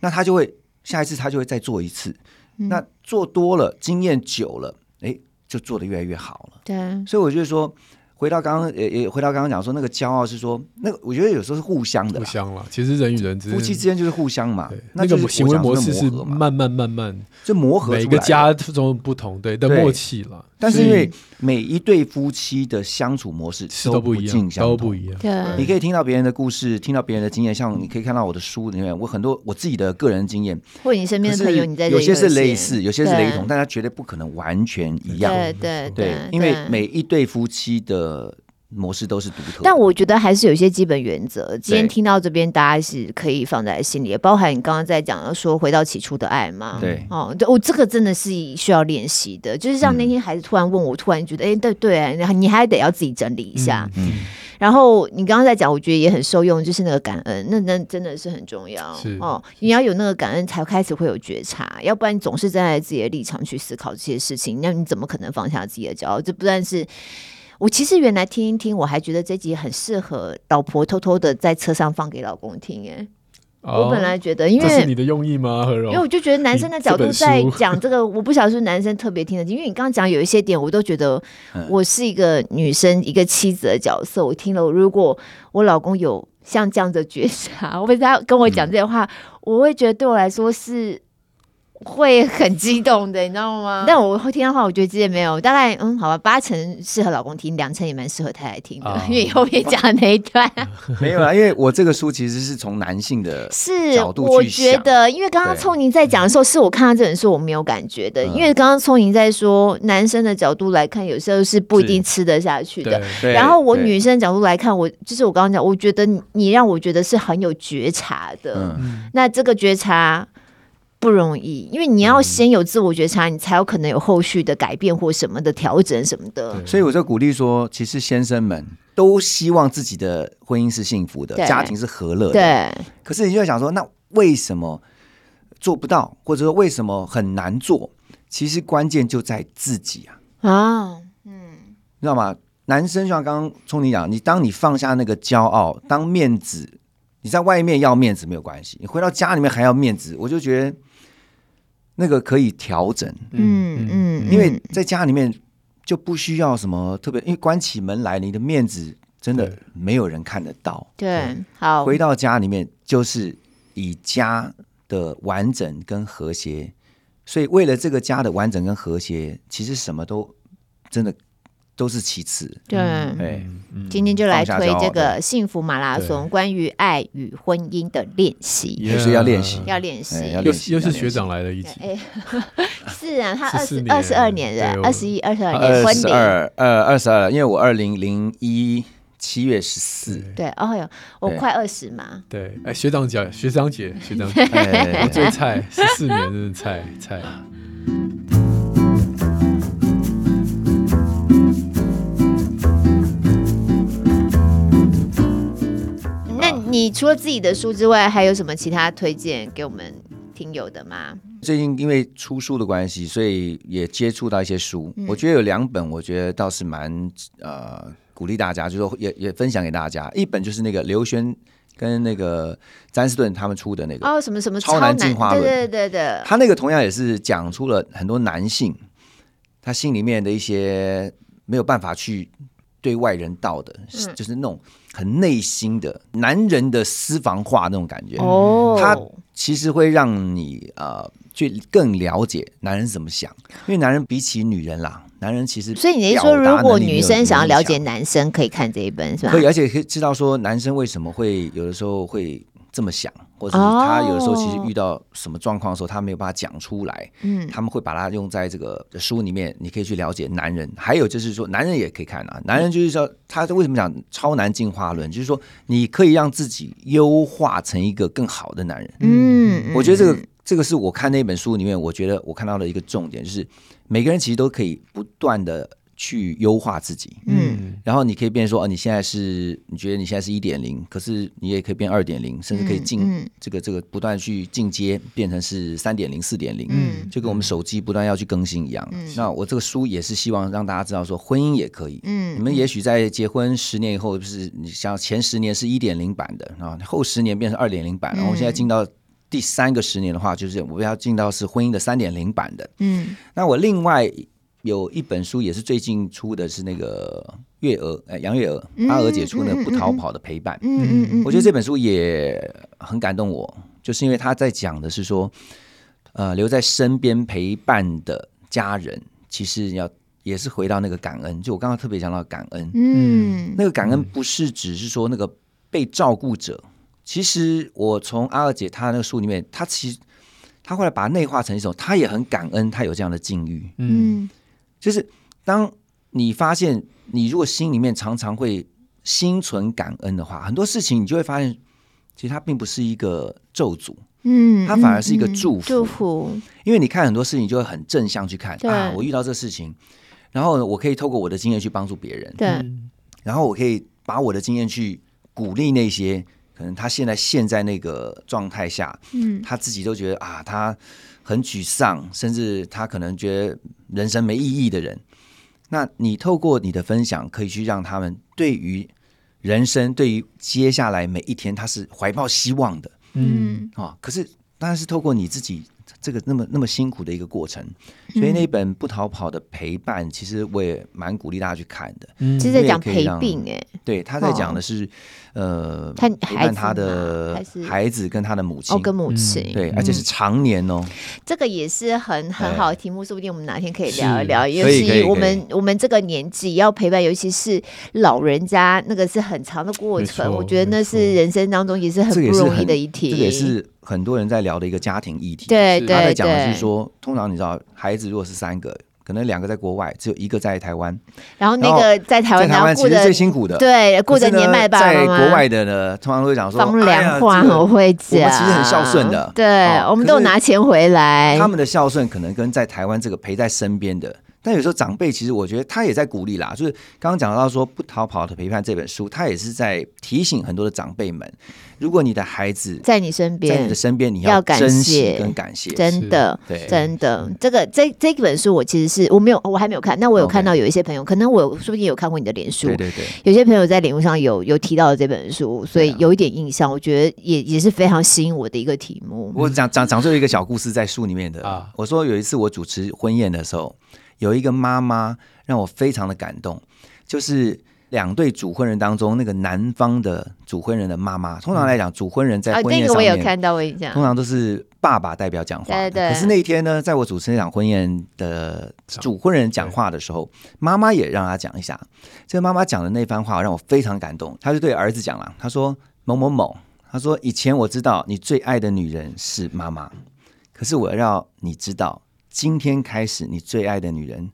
C: 那他就会下一次他就会再做一次。
A: 嗯
C: 那做多了，经验久了，哎，就做得越来越好了。
A: 对，
C: 所以我就说，回到刚刚，也也回到刚刚讲说，那个骄傲是说，那个我觉得有时候是互相的
B: 互
C: 啦，
B: 相了。其实人与人之
C: 啊夫妻之间就是互相嘛
B: 对，
C: 那
B: 那
C: 就
B: 个
C: 是
B: 行
C: 我
B: 为
C: 讲
B: 模
C: 说
B: 式
C: 那
B: 是
C: 磨合嘛，
B: 慢慢慢慢，
C: 就磨合
B: 每
C: 出
B: 个
C: 来的
B: 家中不同，对的
C: 对
B: 默契了。
C: 但是
B: 所以
C: 因为每一对夫妻的相处模式
B: 是都不一
C: 尽
B: 样，
C: 相
B: 都
C: 同
B: 不。一样。
A: 对，
C: 你可以听到别人的故事，听到别人的经验，像你可以看到我的书里面，我很多我自己的个人经验，
A: 或者你身
C: 可
A: 边的朋
C: 是
A: 友，你在这
C: 有
A: 里
C: 些是
A: 有
C: 类似，有些是雷
A: 对
C: 同，但它绝对不可能完全一样。
A: 对对
C: 对，因为每一对夫妻的模式都是独特的。
A: 但我觉得还是有一些基本原则。今天
C: 对
A: 听到这边，大家是可以放在心里，包含你刚刚在讲的说回到起初的爱嘛。
C: 对
A: 哦，对我这个真的是需要练习的。就是像
B: 嗯
A: 那天孩子突然问我，突然觉得，哎，对对，你还你还得要自己整理一下。
C: 嗯
A: 然后你刚刚在讲，我觉得也很受用，就是那个感恩，那那真的是很重要
B: 是
A: 哦。你要有那个感恩，才开始会有觉察，要不然你总是站在自己的立场去思考这些事情，那你怎么可能放下自己的骄傲？这不但是。我其实原来听一听，我还觉得这集很适合老婆偷偷的在车上放给老公听耶。
B: 哦
A: 我本来觉得，因
B: 这是
A: 为
B: 你的用意吗，何
A: 因为我
B: 荣？
A: 就觉得男生的角度
B: 嗯你这
A: 在
B: 本书
A: 讲这 个，我不晓得是不是男生特别听得进，因为你刚刚讲有一些点，我都觉得
B: 嗯
A: 我是一个女生，一个妻子的角色。我听了，如果我老公有像这样的觉察， 或者他跟我讲这些话，
B: 嗯
A: 我会觉得对我来说是。会很激动的，你知道
B: 嗯
A: 吗？但我会听到话，我觉得这些没有，大概嗯，好吧，八成适合老公听，两成也蛮适合太太听的，
B: 啊
A: 因为后面讲的那一段
C: 没有啦，啊因为我这个书其实是从男性 的
A: 是
C: 角，度
A: 我
C: 去
A: 觉
C: 想
A: 得，因为刚刚
C: 对
A: 聪宁在讲的时候，是我看到这本书我没有感觉的，
C: 嗯
A: 因为刚刚聪宁在说男生的角度来看，有时候是不一
C: 是
A: 定吃得下去的
B: 对。，
C: 对
A: 然后我
C: 对
A: 女生的角度来看，我就是我刚刚讲，我觉得你你让我觉得是很有觉察的。
C: 嗯，
A: 那这个觉察不容易，因为你
C: 嗯
A: 要先有自我觉察，你才有可能有后续的改变或什么的调整什么的。
B: 对
C: 所以我就鼓励说，其实先生们都希望自己的婚姻是幸福的
A: 对，
C: 家庭是和乐的。，
A: 对，
C: 可是你就会想说，那为什么做不到，或者说为什么很难做？其实关键就在自己啊，
A: 啊，
C: 你知道吗？男生就像刚刚聪你讲，你当你放下那个骄傲，当面子，你在外面要面子没有关系，你回到家里面还要面子，我就觉得那个可以调整。
A: 嗯嗯，
C: 因为
A: 嗯
C: 在家里面就不需要什么特别，因为关起门来，你的面子真的
B: 对
C: 没有人看得到。
A: 对，好，
C: 回到家里面，就是以家的完整跟和谐，所以为了这个家的完整跟和谐，其实什么都真的都是其次。
A: 对。
C: 哎，
A: 今天就来推
C: 放下
A: 这
C: 骄傲
A: 个幸福马拉松，关于爱与婚姻的练习，
B: Yeah
C: 就是要练习
A: 要练习
C: 哎。要
B: 又
C: 练习
B: 又
C: 要
B: 是
C: 练习
B: 学长来的一集，
A: 哎， 是啊，他二十
B: 14年
A: 二十二年人，
B: 对
A: 二
B: 我
A: 十一、二十二年
C: 哎二
A: 婚
C: 十
A: 龄。
C: 二，呃，二十二，因为我二零零一七月十四，
A: 对，哦哟，我
C: 对
A: 快二十嘛，
B: 对，哎，学长姐，学长姐，学长姐，
C: 哎
B: 我最菜，十四年真的菜菜。
A: 那你除了自己的书之外，还有什么其他推荐给我们听友的吗？
C: 最近因为出书的关系，所以也接触到一些书。我觉得有两本，我觉得倒是蛮呃鼓励大家，就是说也也分享给大家。一本就是那个刘轩跟那个詹士顿他们出的那个，
A: 哦，什么什么
C: 超
A: 难，
C: 难进化
A: 对
C: 论
A: 对对对，
C: 他那个同样也是讲出了很多男性他心里面的一些没有办法去对外人道的，
A: 嗯
C: 就是那种很内心的男人的私房话那种感觉。
A: 哦，
C: 它其实会让你呃去更了解男人怎么想，因为男人比起女人啦，男人其实
A: 所以你是说，
C: 表达
A: 如果
C: 能力没有
A: 女生想要了解
C: 女人
A: 男生，可以看这一本是
C: 强
A: 吧
C: 可？以，而且可以知道说男生为什么会有的时候会这么想，或者是他有的时候其实遇到什么状况的时候，他没有办法讲出来，
A: 嗯，
C: 他们会把啊它用在这个书里面，你可以去了解男人。还有就是说，男人也可以看啊，男人就是说他为什么讲超男进化论，就是说你可以让自己优化成一个更好的男人。
A: 嗯，
C: 我觉得这个这个是我看那本书里面，我觉得我看到的一个重点，就是每个人其实都可以不断的去优化自己。
A: 嗯，
C: 然后你可以变说，哦，你现在是你觉得你现在是一点零，可是你也可以变二点零，甚至可以进、
A: 嗯嗯
C: 这个这个不断去进阶，变成是三点零、四点零，
A: 嗯
C: 就跟我们手机不断要去更新一样。那我这个书也是希望让大家知道说，婚姻也可以。
A: 嗯
C: 你们也许在结婚十年以后，就是你像前十年是一点零版的，然后后十年变成二点零
A: 嗯
C: 版，然后现在进到第三个十年的话，就是我们要进到是婚姻的三点零版的。
A: 嗯
C: 那我另外有一本书也是最近出的，是那个月娥，呃，杨月娥
A: 嗯，
C: 阿娥姐出的
A: 嗯嗯
C: 《不逃跑的陪伴》
A: 嗯。嗯嗯，
C: 我觉得这本书也很感动我，就是因为他在讲的是说，呃，留在身边陪伴的家人，其实要也是回到那个感恩。就我刚刚特别讲到感恩，
A: 嗯
C: 那个感恩不是只是说那个被照顾者，其实我从阿二姐她那个书里面，她其实她后来把它内化成一种，她也很感恩，她有这样的境遇。
A: 嗯
C: 就是当你发现你如果心里面常常会心存感恩的话，很多事情你就会发现，其实它并不是一个咒诅，
A: 嗯，祝福，
C: 因为你看很多事情就会很正向去看
A: 对
C: 啊，我遇到这事情，然后我可以透过我的经验去帮助别人，
A: 对，
C: 然后我可以把我的经验去鼓励那些可能他现在陷在那个状态下，
A: 嗯
C: 他自己都觉得啊，他很沮丧，甚至他可能觉得人生没意义的人。那你透过你的分享，可以去让他们对于人生，对于接下来每一天，他是怀抱希望的
A: 嗯
C: 啊、可是当然是透过你自己这个那么那么辛苦的一个过程，所以那本《不逃跑的陪伴》，其实我也蛮鼓励大家去看的。
A: 这在讲陪病
C: 嗯
A: 哎，
C: 对，他在讲的是，呃，
A: 他
C: 陪
A: 孩子
C: 伴他
A: 吗还
C: 的
A: 是
C: 孩子跟他的母亲，
A: 哦，跟母亲，嗯
C: 对，而且是常年哦。
A: 这个也是很很
C: 哎
A: 好的题目，说不定我们哪天可以
B: 是
A: 聊一聊，尤
C: 可以可以
A: 其我们我们这个年纪要陪伴，尤其是老人家，那个是很长的过程，
B: 没错
A: 我觉得那是
B: 没错
A: 人生当中也 是很
C: 这个
A: 不
C: 也是
A: 容易
C: 很
A: 的一题，
C: 这个也是很多人在聊的一个家庭议题。，
A: 对
B: 是
A: 对
C: 他在
A: 对，
C: 讲的是说，通常你知道，孩子如果是三个，可能两个在国外，只有一个在台湾。
A: 然后那
C: 然后
A: 个在台
C: 在
A: 湾
C: 台
A: 然后
C: 湾其
A: 顾
C: 实
A: 着
C: 最辛苦的，
A: 对顾
C: 可
A: 着
C: 是呢，
A: 年迈爸爸
C: 在
A: 妈妈，
C: 国外的呢，通常都会讲说
A: 风
C: 哎呀
A: 凉话
C: 这个
A: 很会
C: 我
A: 讲，
C: 们其实很孝顺的
A: 对
C: 哦
A: 我们
C: 可
A: 都有
C: 是
A: 拿钱回来，
C: 他们的孝顺可能跟在台湾这个陪在身边的，但有时候长辈其实我觉得他也在鼓励啦，就是刚刚讲到说《不逃跑的陪伴》这本书，他也是在提醒很多的长辈们，如果你的孩子
A: 在你身
C: 在你
A: 边
C: 的，身边，你
A: 要感
C: 珍惜
A: 谢
C: 跟感谢。
A: 真的。
C: 对，
A: 真的，这个这这本书我其实是我没有，我还没有看。那我有
C: OK
A: 看到有一些朋友可能我有说不定有看过你的脸书
C: 对，啊对对。
A: 有些朋友在脸书上有有提到这本书，所以有一点印象，我觉得也也是非常吸引我的一个题目。
C: 我讲讲讲出一个小故事在书里面的
B: 啊
C: 我说有一次我主持婚宴的时候，有一个妈妈让我非常的感动，就是两对主婚人当中，那个男方的主婚人的妈妈，通常来讲，主婚人在
A: 啊，
C: 婚
A: 那
C: 宴
A: 个
C: 上
A: 我有
C: 面。
A: 看到，我印象
C: 通常都是爸爸代表讲话
A: 对
C: 的，
A: 对
C: 可是那一天呢，在我主持那场婚宴的主婚人讲话的时候，妈妈也让他讲一下。这个妈妈讲的那番话让我非常感动，她就对儿子讲了，她说：“某某某，她说以前我知道你最爱的女人是妈妈，可是我要你知道，今天开始你最爱的女人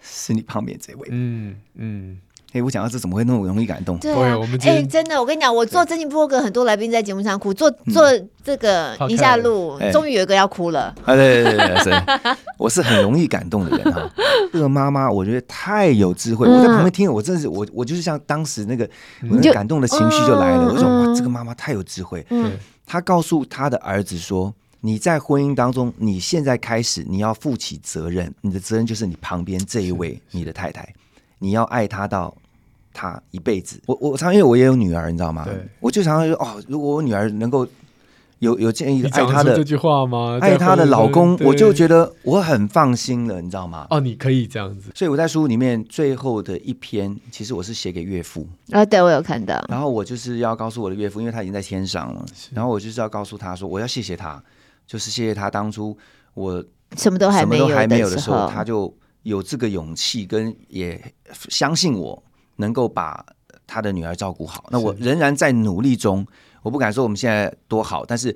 C: 是你旁边这位。
B: 嗯嗯，
C: 哎，我讲到这怎么会那么容易感动？
A: 对
B: 对
A: 啊
B: 我们，今
A: 哎、
B: 天
A: 真的，我跟你讲，我做真情部落格，很多来宾在节目上哭，做做这个
B: 好
A: 宁
B: 看
A: 夏路
C: 嗯哎，
A: 终于有一个要哭了。
C: 啊，对对对对，是，我是很容易感动的人哈。这个妈妈，我觉得太有智慧。我在旁边听，我真的是我，我就是像当时那个
B: 嗯
C: 我
A: 就
C: 那感动的情绪就来了。
A: 嗯
C: 我说
A: 嗯
C: 哇，这个妈妈太有智慧。
B: 对，
C: 她告诉她的儿子说：“你在婚姻当中，你现在开始你要负起责任，你的责任就是你旁边这一位你的太太，你要爱她到。”她一辈子，我我常因为我也有女儿，你知道吗
B: 对？
C: 我就常常说哦，如果我女儿能够有有建议
B: 你
C: 爱
B: 讲
C: 她
B: 得出
C: 的
B: 这句话吗？
C: 爱她的老公，我就
B: 得
C: 觉得我很放心了，你知道吗？
B: 哦，你可以这样子，
C: 所以我在书里面最后的一篇，其实我是写给岳父，
A: 啊，对我有看到，
C: 然后我就是要告诉我的岳父，因为他已经在天上了，然后我就是要告诉他说，我要谢谢他，就是谢谢他当初我
A: 什么都还
C: 什么
A: 没
C: 都
A: 有
C: 还没有
A: 的
C: 的时候，他就有这个勇气，跟也相信我能够把他的女儿照顾好。那我仍然在努力中，我不敢说我们现在多好，但是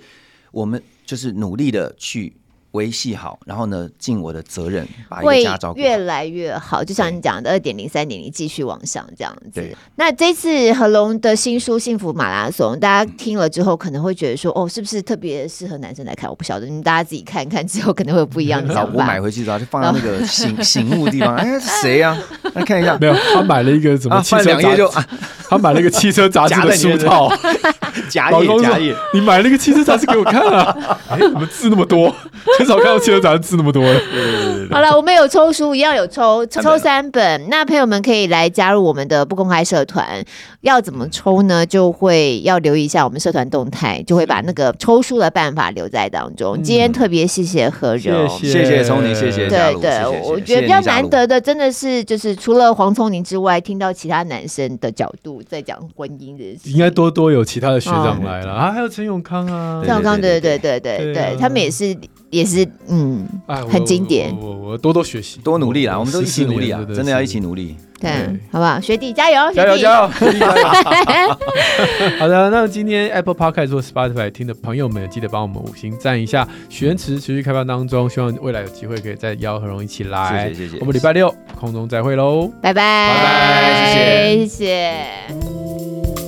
C: 我们就是努力的去维系好，然后呢，尽我的责任把一个
A: 会
C: 家照顾
A: 越
C: 好。
A: 来越好，就像你讲的，二点零、三点零继续往上这样子
C: 对。
A: 那这次何龙的新书《幸福马拉松》，大
C: 嗯
A: 家听了之后可能会觉得说，哦，是不是特别适合男生来看？我不晓得，你们大家自己看一看之后，可能会有不一样的
C: 老
A: 想
C: 婆买
A: 法。
C: 回去之后就放到那 个醒醒目的地方，哎，谁呀、 那看一下
B: 没，有，他买了一个什么
C: 啊，
B: 汽
C: 翻
B: 车
C: 两页
B: 杂
C: 就
B: 志，
C: 啊，
B: 他买了一个汽车杂志
C: 夹
B: 的
C: 在里
B: 书
C: 面
B: 套。
C: 夹
B: 老
C: 页
B: 公
C: 夹
B: 说
C: 页，：“
B: 你买了一个汽车杂志给我看啊！哎，怎么字那么多？很少看到汽车杂志字那 么多的。
A: 好了，我们有抽书，一样有抽抽
C: 本
A: 三本。那朋友们可以来加入我们的不公开社团，要怎么抽呢？就会要留意一下我们社团动态，就会把那个抽书的办法留在当中。今天特别谢谢何荣，
C: 嗯谢谢聪宁，谢谢嘉
A: 对
C: 璐，
A: 对
C: 谢谢，
A: 我
C: 谢谢
A: 觉得
C: 谢谢
A: 比较
C: 你嘉
A: 难
C: 璐
A: 得的，真的是就是除了黄聪宁之外，听到其他男生的角度在讲婚姻的事情，
B: 应该多多有其他的学长来了啊，还有陈永康啊
A: 这
C: 对。
A: 种刚对
C: 对
A: 对对
C: 对
A: 对
B: 对对
A: 对
B: 啊，
A: 他们也是也是嗯，
B: 哎我
A: 很经典
B: 我我我我多多学习，
C: 多努力啦，我们都一起
B: 14
C: 努力啊
B: 年，
C: 真的要一起。努力，
A: 看好不好？学弟加油，
C: 加油
A: 学弟
C: 加 油！
B: 好的，那今天 Apple Podcast 或 Spotify 听的朋友们，记得帮我们五星赞一下。许愿池持续开放当中，希望未来有机会可以再邀何荣一起来。
C: 谢谢谢谢
B: 我们礼拜六空中再会喽。
A: 拜拜
C: 拜拜
A: 谢谢。